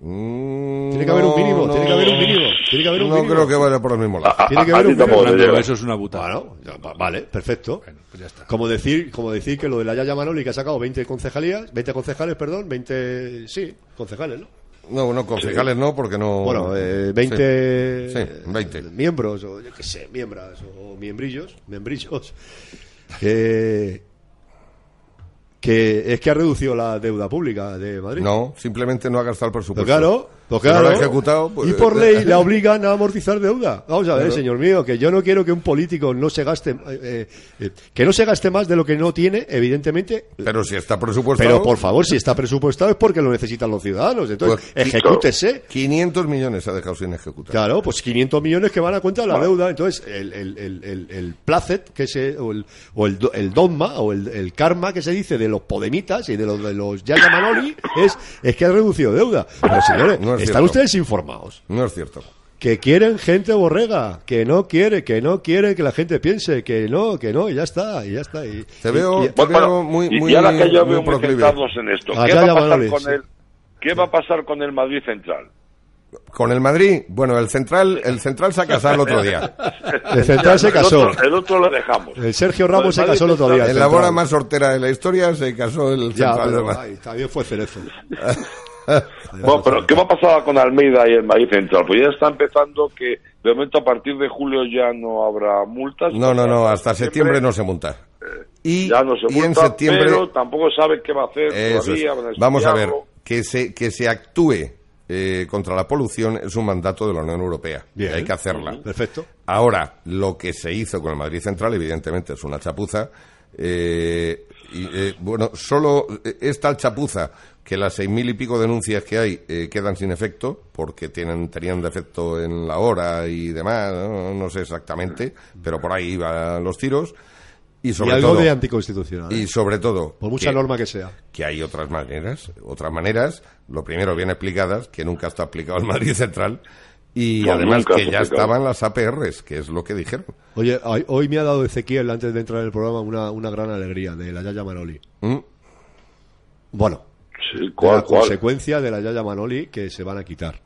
Speaker 3: Mm,
Speaker 4: Tiene que haber un
Speaker 3: no,
Speaker 4: mínimo,
Speaker 3: no.
Speaker 4: tiene que haber un mínimo, tiene que haber un
Speaker 3: No
Speaker 4: mínimo.
Speaker 3: creo que vaya por el mismo lado.
Speaker 2: A- a-
Speaker 4: Tiene que
Speaker 2: a
Speaker 4: haber
Speaker 2: ti
Speaker 4: un
Speaker 2: tampoco te
Speaker 5: Fernando,
Speaker 2: llega.
Speaker 5: eso es una buta.
Speaker 4: Bueno, ya, va- vale, perfecto.
Speaker 5: Bueno, pues ya está.
Speaker 4: Como decir, como decir que lo de la Yaya Manoli que ha sacado 20 concejalías, 20 concejales, perdón, 20, sí, concejales, ¿no?
Speaker 3: No, no, concejales no, porque no.
Speaker 4: Bueno, eh,
Speaker 3: Sí.
Speaker 4: 20,
Speaker 3: Sí, sí, 20.
Speaker 4: miembros, o yo qué sé, miembras, o miembrillos, membrillos, que, que es que ha reducido la deuda pública de Madrid.
Speaker 3: No, simplemente no ha gastado el presupuesto.
Speaker 4: Pues claro, pues
Speaker 3: Si no lo
Speaker 4: claro.
Speaker 3: ha ejecutado, pues-
Speaker 4: y por ley le obligan a amortizar deuda. Vamos a ver, señor mío, que yo no quiero que un político no se gaste, eh, eh, que no se gaste más de lo que no tiene, evidentemente.
Speaker 3: Pero si está presupuestado.
Speaker 4: Pero por favor, si está presupuestado es porque lo necesitan los ciudadanos. Entonces,
Speaker 3: Pues,
Speaker 4: ejecútese.
Speaker 3: 500 millones ha dejado sin ejecutar.
Speaker 4: Claro, pues 500 millones que van a cuenta de la
Speaker 2: Bueno.
Speaker 4: deuda. Entonces, el, el, el, el, el placet, que se, o, el, o el, do- el dogma, o el, el karma que se dice de los podemitas y de los, de los Yaya Manoli, es, es que ha reducido deuda. Pero señores,
Speaker 3: No es
Speaker 4: están
Speaker 3: cierto.
Speaker 4: ustedes informados.
Speaker 3: No es cierto.
Speaker 4: Que quieren gente borrega, que no quiere, que no quiere que la gente piense, que no, que no, y ya está, y ya está. Y,
Speaker 3: Te
Speaker 4: y-
Speaker 3: veo-
Speaker 4: y-
Speaker 3: te veo muy-
Speaker 2: y,
Speaker 3: muy-
Speaker 2: y ahora que yo
Speaker 3: muy
Speaker 2: veo muy
Speaker 3: proclive.
Speaker 2: centrados en esto,
Speaker 4: Ah,
Speaker 2: ¿qué
Speaker 4: ya,
Speaker 2: va,
Speaker 4: ya,
Speaker 2: a pasar
Speaker 4: Manoli,
Speaker 2: con
Speaker 4: sí.
Speaker 2: el, ¿qué va a pasar con el Madrid Central?
Speaker 3: Con el Madrid, bueno, el central, el central se ha casado el otro día.
Speaker 4: el central se
Speaker 2: El
Speaker 4: casó.
Speaker 2: otro- El otro lo dejamos.
Speaker 4: El Sergio Ramos se
Speaker 2: Madrid
Speaker 4: casó el otro día. el
Speaker 3: En la bola
Speaker 4: central.
Speaker 3: más sortera de la historia se casó el
Speaker 4: Ya,
Speaker 3: central de
Speaker 4: pero,
Speaker 3: Madrid.
Speaker 4: ay, también fue cerezo.
Speaker 2: Bueno, pero ¿qué va a pasar con Almeida y el Madrid Central? Pues ya está empezando que de momento a partir de julio ya no habrá multas.
Speaker 3: No, no, no, hasta septiembre no se monta. Y,
Speaker 2: Eh, Ya no se
Speaker 3: y en
Speaker 2: multa,
Speaker 3: septiembre
Speaker 2: pero tampoco sabe qué va a hacer
Speaker 3: Eso es.
Speaker 2: todavía. van
Speaker 3: Vamos a ver,
Speaker 2: estudiarlo.
Speaker 3: que se, que se actúe eh, contra la polución es un mandato de la Unión Europea.
Speaker 4: Bien.
Speaker 3: Y hay que hacerla.
Speaker 4: Perfecto.
Speaker 3: Ahora, lo que se hizo con el Madrid Central, evidentemente, es una chapuza. eh, y, eh, bueno, solo eh, es tal chapuza que las seis mil y pico denuncias que hay eh, quedan sin efecto, porque tienen, tenían defecto en la hora y demás, no, No sé exactamente, pero por ahí iban los tiros. Y
Speaker 4: Y
Speaker 3: sobre
Speaker 4: algo
Speaker 3: todo,
Speaker 4: de anticonstitucional. ¿eh?
Speaker 3: y sobre todo
Speaker 4: Por mucha
Speaker 3: que-
Speaker 4: norma que sea.
Speaker 3: que hay otras maneras, otras maneras, lo primero bien explicadas, que nunca está aplicado el Madrid Central, y
Speaker 2: No,
Speaker 3: además
Speaker 2: nunca
Speaker 3: que
Speaker 2: se
Speaker 3: ya
Speaker 2: aplicó.
Speaker 3: estaban las APRs, que es lo que dijeron.
Speaker 4: Oye, hoy- hoy me ha dado Ezequiel, antes de entrar en el programa, una, una gran alegría de la Yaya Manoli.
Speaker 3: ¿Mm?
Speaker 4: Bueno,
Speaker 2: Sí,
Speaker 4: de la
Speaker 2: ¿Cuál, cuál?
Speaker 4: consecuencia de la Yaya Manoli que se van a quitar.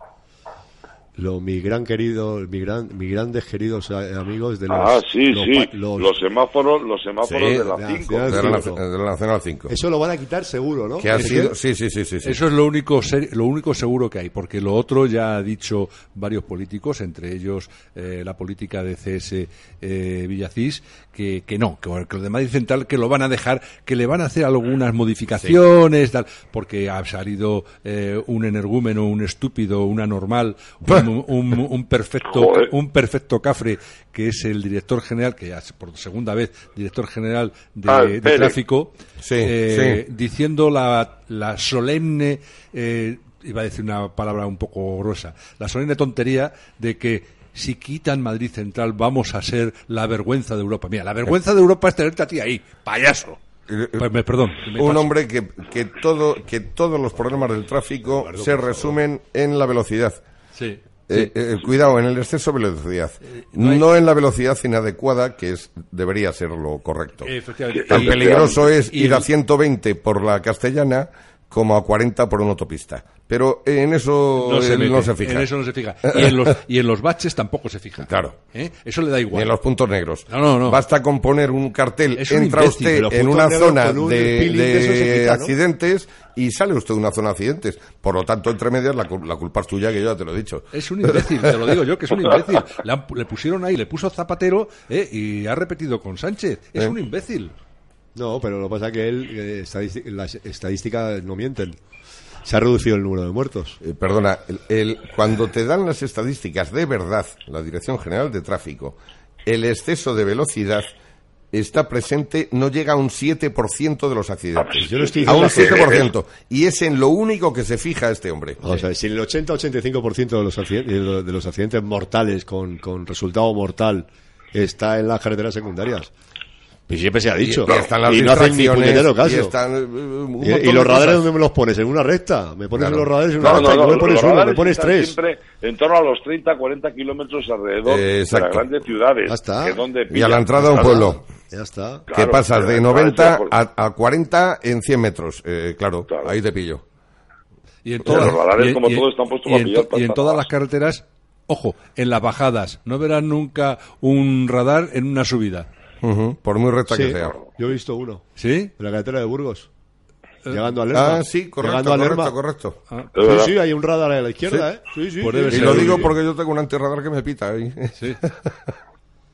Speaker 4: Lo, mi gran querido, mi gran, mis grandes queridos eh, amigos de los,
Speaker 2: Ah, sí,
Speaker 4: los
Speaker 2: sí.
Speaker 4: pa-
Speaker 2: Los,
Speaker 4: los-
Speaker 2: semáforos, los semáforos
Speaker 3: Sí,
Speaker 2: de
Speaker 4: de
Speaker 2: las
Speaker 4: la
Speaker 2: 5.
Speaker 4: ciudad.
Speaker 3: De la,
Speaker 4: cinco.
Speaker 3: nac- de la Nacional 5.
Speaker 4: eso lo van a quitar seguro, ¿no?
Speaker 3: Que ha
Speaker 4: Es
Speaker 3: sido, sí, sí, sí, sí, sí.
Speaker 5: Eso es lo único, ser- lo único seguro que hay, porque lo otro ya ha dicho varios políticos, entre ellos eh, la política de CS eh, Villacís, que, que no, que, que lo de Madrid Central que lo van a dejar, que le van a hacer algunas modificaciones, tal, porque ha salido eh, un energúmeno, un estúpido, un anormal, un, un- un perfecto,
Speaker 2: Joder.
Speaker 5: un perfecto cafre, que es el director general, que ya es por segunda vez director general de,
Speaker 2: Ah,
Speaker 5: de
Speaker 2: Pérez.
Speaker 5: tráfico,
Speaker 3: Sí,
Speaker 5: eh,
Speaker 3: sí.
Speaker 5: diciendo la, la solemne, eh, iba a decir una palabra un poco gruesa, la solemne tontería de que si quitan Madrid Central vamos a ser la vergüenza de Europa. Mira, la vergüenza de Europa es tenerte a ti ahí, payaso.
Speaker 3: Eh, eh,
Speaker 5: Pues me- perdón. me
Speaker 3: un
Speaker 5: paso.
Speaker 3: hombre que, que, todo, que todos los problemas del tráfico se resumen en la velocidad.
Speaker 5: Sí.
Speaker 3: Eh, eh, cuidado, en el exceso de velocidad. no, en la velocidad inadecuada, que es, debería ser lo correcto.
Speaker 5: Efectivamente.
Speaker 3: Tan
Speaker 2: Y-
Speaker 3: peligroso es
Speaker 5: y-
Speaker 3: ir a 120 por la castellana como a 40 por una autopista. Pero en eso él no se,
Speaker 5: mete,
Speaker 3: fija.
Speaker 5: En eso no se fija. Y en los, y en los baches tampoco se fija.
Speaker 3: Claro.
Speaker 5: ¿Eh? Eso le da
Speaker 3: Ni
Speaker 5: igual.
Speaker 3: en los puntos negros.
Speaker 5: No, no, no.
Speaker 3: Basta con poner un cartel,
Speaker 5: Es un
Speaker 3: entra
Speaker 5: imbécil,
Speaker 3: usted
Speaker 4: los
Speaker 3: en
Speaker 4: puntos
Speaker 3: una
Speaker 4: negros
Speaker 3: zona
Speaker 4: con un
Speaker 3: de,
Speaker 4: peeling de eso se
Speaker 3: de
Speaker 4: quita, ¿no?
Speaker 3: accidentes y sale usted de una zona de accidentes. Por lo tanto, entre medias, la, cul- la culpa es tuya, que yo ya te lo he dicho.
Speaker 5: Es un imbécil, te lo digo yo, que es un imbécil. Le, han- le pusieron ahí, le puso Zapatero eh, y ha repetido con Sánchez. Es
Speaker 3: Eh.
Speaker 5: un imbécil.
Speaker 4: No, pero lo que pasa es que él, eh, estadisti- las estadísticas no mienten. Se ha reducido el número de muertos.
Speaker 3: Eh, perdona, el- el- cuando te dan las estadísticas de verdad, la Dirección General de Tráfico, el exceso de velocidad está presente, no llega a un 7% de los accidentes.
Speaker 4: Yo no estoy
Speaker 3: A
Speaker 4: diciendo
Speaker 3: un
Speaker 4: que-
Speaker 3: 7%. Y es en lo único que se fija este hombre.
Speaker 4: Vamos a ver, si el 80-85% de los, accidentes, de lo- de los accidentes mortales con, con resultado mortal está en las carreteras secundarias, pues siempre se ha dicho.
Speaker 3: Y, y están las
Speaker 4: Y no hacen ni
Speaker 3: distracciones,
Speaker 4: puñetero
Speaker 3: y
Speaker 4: caso.
Speaker 3: están, eh, un
Speaker 4: Y,
Speaker 3: montón
Speaker 4: y
Speaker 3: de
Speaker 4: los radares,
Speaker 3: cosas.
Speaker 4: ¿dónde me los pones? ¿En una recta? ¿Me pones
Speaker 3: Claro.
Speaker 4: los radares en una
Speaker 2: No,
Speaker 4: recta?
Speaker 2: no,
Speaker 4: y
Speaker 2: no,
Speaker 4: me pones
Speaker 2: los
Speaker 4: uno, me
Speaker 2: radares
Speaker 4: pones
Speaker 2: están
Speaker 4: tres.
Speaker 2: Siempre en torno a los 30, 40 kilómetros alrededor
Speaker 3: Eh,
Speaker 2: de
Speaker 3: exacto.
Speaker 2: las grandes ciudades.
Speaker 4: Ya está.
Speaker 2: que es donde
Speaker 3: Y a la
Speaker 2: pillan.
Speaker 3: entrada a un pueblo.
Speaker 4: Ya está.
Speaker 2: Claro,
Speaker 3: que pasas
Speaker 2: pero
Speaker 3: de
Speaker 2: me
Speaker 3: 90
Speaker 2: parece
Speaker 3: a, a 40 en 100 metros. Eh, claro,
Speaker 2: Claro.
Speaker 3: ahí te pillo.
Speaker 5: Y en
Speaker 2: Pero
Speaker 5: todas,
Speaker 2: los radares,
Speaker 5: y-
Speaker 2: como
Speaker 5: y-
Speaker 2: todo, están puestos
Speaker 5: y
Speaker 2: para
Speaker 5: en
Speaker 2: pillar
Speaker 5: to- y en
Speaker 2: patatas.
Speaker 5: todas las carreteras, ojo, en las bajadas. No verás nunca un radar en una subida.
Speaker 3: Ujú, Por muy recta
Speaker 4: Sí,
Speaker 3: que sea.
Speaker 4: yo he visto uno.
Speaker 5: ¿Sí?
Speaker 4: En la carretera de Burgos. Llegando a Lerma.
Speaker 3: Ah, sí, correcto,
Speaker 4: Llegando a Lerma.
Speaker 3: correcto, correcto.
Speaker 5: Ah,
Speaker 2: Es verdad.
Speaker 4: Sí, sí, hay un radar a la izquierda, ¿eh? Sí, sí.
Speaker 5: Pues debe
Speaker 4: sí.
Speaker 3: Y
Speaker 5: ser.
Speaker 3: lo
Speaker 5: Sí.
Speaker 3: digo porque yo tengo un antirradar que me pita ¿eh? ahí.
Speaker 5: sí.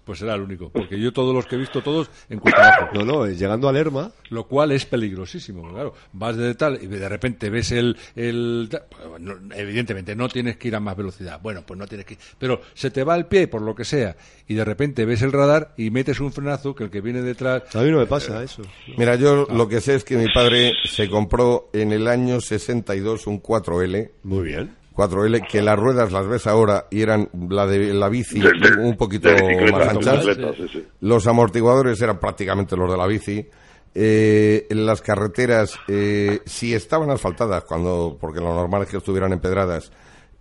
Speaker 5: Pues será el único. Porque yo todos los que he visto, todos en cuesta abajo.
Speaker 4: No, no, eh, llegando a Lerma.
Speaker 5: lo cual es peligrosísimo, claro. Vas de tal y de repente ves el... el ta- pues, no, evidentemente, no tienes que ir a más velocidad. Bueno, pues no tienes que ir. Pero se te va el pie, por lo que sea, y de repente ves el radar y metes un frenazo que el que viene detrás...
Speaker 4: A mí no me
Speaker 3: Eh.
Speaker 4: pasa eso.
Speaker 3: Mira, yo lo que sé es que mi padre se compró en el año 62 un 4L.
Speaker 4: Muy bien.
Speaker 3: 4L, que las ruedas las ves ahora y eran la de la bici
Speaker 2: De- de-
Speaker 3: un poquito
Speaker 2: de bicicleta,
Speaker 3: más
Speaker 2: de
Speaker 3: anchas.
Speaker 2: bicicleta, sí, sí.
Speaker 3: Los amortiguadores eran prácticamente los de la bici. Eh, las carreteras, eh, si estaban asfaltadas, cuando porque lo normal es que estuvieran empedradas,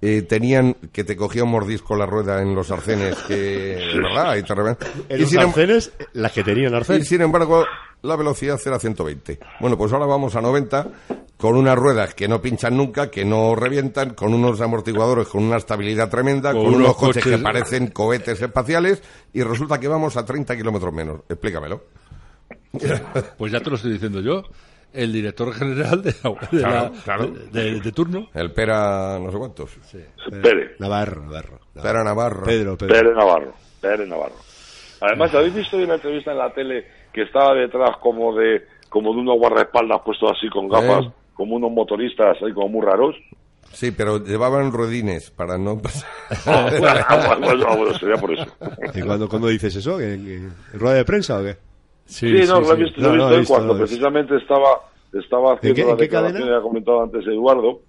Speaker 3: eh, tenían que te cogía un mordisco la rueda en los arcenes, que verdad, y te reven-
Speaker 4: En
Speaker 3: Y
Speaker 4: los
Speaker 3: sin em-
Speaker 4: arcenes, eh, las que tenían
Speaker 3: y
Speaker 4: arcenes.
Speaker 3: sin embargo, la velocidad era 120. Bueno, pues ahora vamos a 90 con unas ruedas que no pinchan nunca, que no revientan, con unos amortiguadores con una estabilidad tremenda, con,
Speaker 5: Con
Speaker 3: unos
Speaker 5: unos
Speaker 3: coches, que
Speaker 5: coches-
Speaker 3: parecen cohetes espaciales y resulta que vamos a 30 kilómetros menos. Explícamelo.
Speaker 5: Pues ya te lo estoy diciendo yo. El director general de, la- de la-
Speaker 3: Claro, claro.
Speaker 5: de- de- de turno.
Speaker 3: El Pera, no sé cuántos.
Speaker 2: Pérez.
Speaker 4: Navarro, Navarro. Navarro.
Speaker 3: Pera Navarro.
Speaker 4: Pedro, Pedro.
Speaker 2: Pérez Navarro, Pérez Navarro. Además, ¿habéis visto hoy una entrevista en la tele que estaba detrás como de como de unos guardaespaldas puestos así con gafas,
Speaker 3: Eh.
Speaker 2: como unos motoristas ahí como muy raros?
Speaker 3: Sí, pero llevaban rodines para no pasar.
Speaker 2: bueno, bueno, sería por eso.
Speaker 4: ¿Y cuando, cuando dices eso? ¿En, en- en rueda de prensa o qué?
Speaker 2: Sí, no, lo he visto, lo he
Speaker 4: No, no,
Speaker 2: visto
Speaker 4: he
Speaker 2: él
Speaker 4: visto,
Speaker 2: cuando
Speaker 4: lo he visto.
Speaker 2: precisamente estaba, estaba haciendo
Speaker 4: qué-
Speaker 2: la
Speaker 4: en qué
Speaker 2: declaración
Speaker 4: cadena?
Speaker 2: que ha comentado antes Eduardo.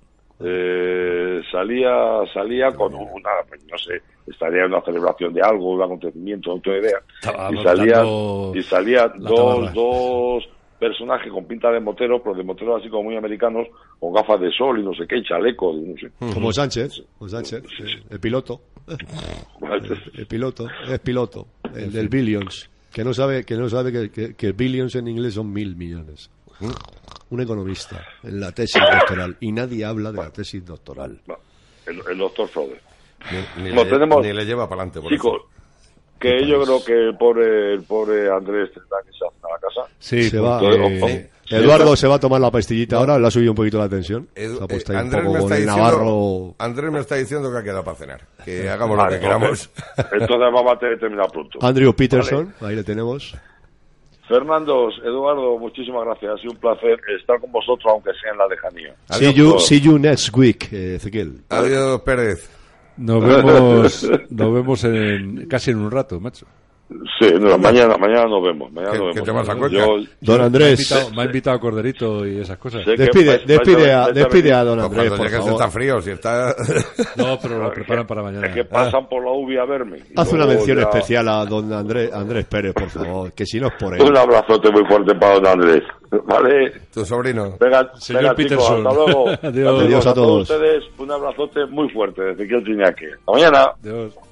Speaker 2: eh, salía salía con una, pues, no sé, estaría en una celebración de algo, un acontecimiento, no tengo idea.
Speaker 5: Estaba
Speaker 2: Y salía,
Speaker 5: montando
Speaker 2: y salía
Speaker 5: la
Speaker 2: dos,
Speaker 5: tabarra.
Speaker 2: dos personajes con pinta de moteros, pero de moteros así como muy americanos, con gafas de sol y no sé qué, y chaleco, y no sé.
Speaker 4: Como Sánchez, como Sánchez, eh, el piloto,
Speaker 2: este
Speaker 4: el piloto, es piloto, el del Billions, que no sabe que no sabe que, que- que Billions en inglés son mil millones. ¿Mm? Un economista en la tesis doctoral y nadie habla de la tesis doctoral.
Speaker 2: No, el, el doctor Frode.
Speaker 3: Ni, ni
Speaker 2: Como
Speaker 3: le,
Speaker 2: tenemos-
Speaker 3: ni le lleva para adelante. por
Speaker 2: Chicos,
Speaker 3: eso.
Speaker 4: pues,
Speaker 2: que yo creo que el pobre, el pobre Andrés tendrá que irse a la casa.
Speaker 5: Sí, pues,
Speaker 4: Se va.
Speaker 5: porque-
Speaker 2: Eh,
Speaker 4: Eduardo se va a tomar la pastillita ahora, le ha subido un poquito la tensión.
Speaker 3: Edu-
Speaker 4: Se ha
Speaker 3: eh,
Speaker 4: puesto ahí un
Speaker 3: Andrés,
Speaker 4: poco
Speaker 3: me
Speaker 4: con
Speaker 3: está
Speaker 4: el
Speaker 3: diciendo,
Speaker 4: Navarro.
Speaker 3: Andrés me está diciendo que ha quedado para cenar. Que hagamos lo que
Speaker 2: Vale,
Speaker 3: queramos.
Speaker 2: Entonces vamos a tener que terminar pronto.
Speaker 3: Ah,
Speaker 4: Andrew Peterson, ahí le tenemos.
Speaker 2: Fernando, Eduardo, muchísimas gracias. Ha sido un placer estar con vosotros, aunque sea en la lejanía.
Speaker 3: Ah,
Speaker 4: See you, see you next week, eh, Ezequiel.
Speaker 3: Adiós, Pérez.
Speaker 5: Nos vemos, nos vemos en, casi en un rato, macho.
Speaker 2: Sí, no, mañana, mañana nos vemos. Mañana
Speaker 3: ¿Qué-
Speaker 2: nos
Speaker 3: qué
Speaker 2: vemos.
Speaker 3: te vas a Cuenca?
Speaker 2: Yo-
Speaker 4: Don
Speaker 5: Me ha
Speaker 4: Andrés,
Speaker 5: invitado, me ha invitado a Corderito y esas cosas.
Speaker 2: sé que
Speaker 4: despide,
Speaker 2: vais- vais
Speaker 4: despide,
Speaker 2: a-
Speaker 4: a,
Speaker 2: vais a
Speaker 4: despide a don
Speaker 3: Pues
Speaker 4: Andrés,
Speaker 3: cuando
Speaker 4: por
Speaker 3: llegues está
Speaker 4: favor.
Speaker 3: frío. Si está...
Speaker 5: No, pero lo preparan para
Speaker 2: Es que
Speaker 5: mañana.
Speaker 2: pasan por la UBI a verme. Y
Speaker 4: Ah, Haz una
Speaker 2: luego
Speaker 4: mención
Speaker 2: ya-
Speaker 4: especial a don Andrés, Andrés Pérez, por favor, que si no es por él.
Speaker 2: Un abrazote muy fuerte para don Andrés. ¿Vale?
Speaker 3: tu sobrino.
Speaker 2: Venga,
Speaker 5: Señor
Speaker 2: venga, chicos,
Speaker 5: Peterson.
Speaker 2: hasta luego.
Speaker 5: Adiós.
Speaker 4: Adiós a todos.
Speaker 2: ustedes, un abrazote muy fuerte desde que yo tenía que. Hasta mañana.
Speaker 5: Dios.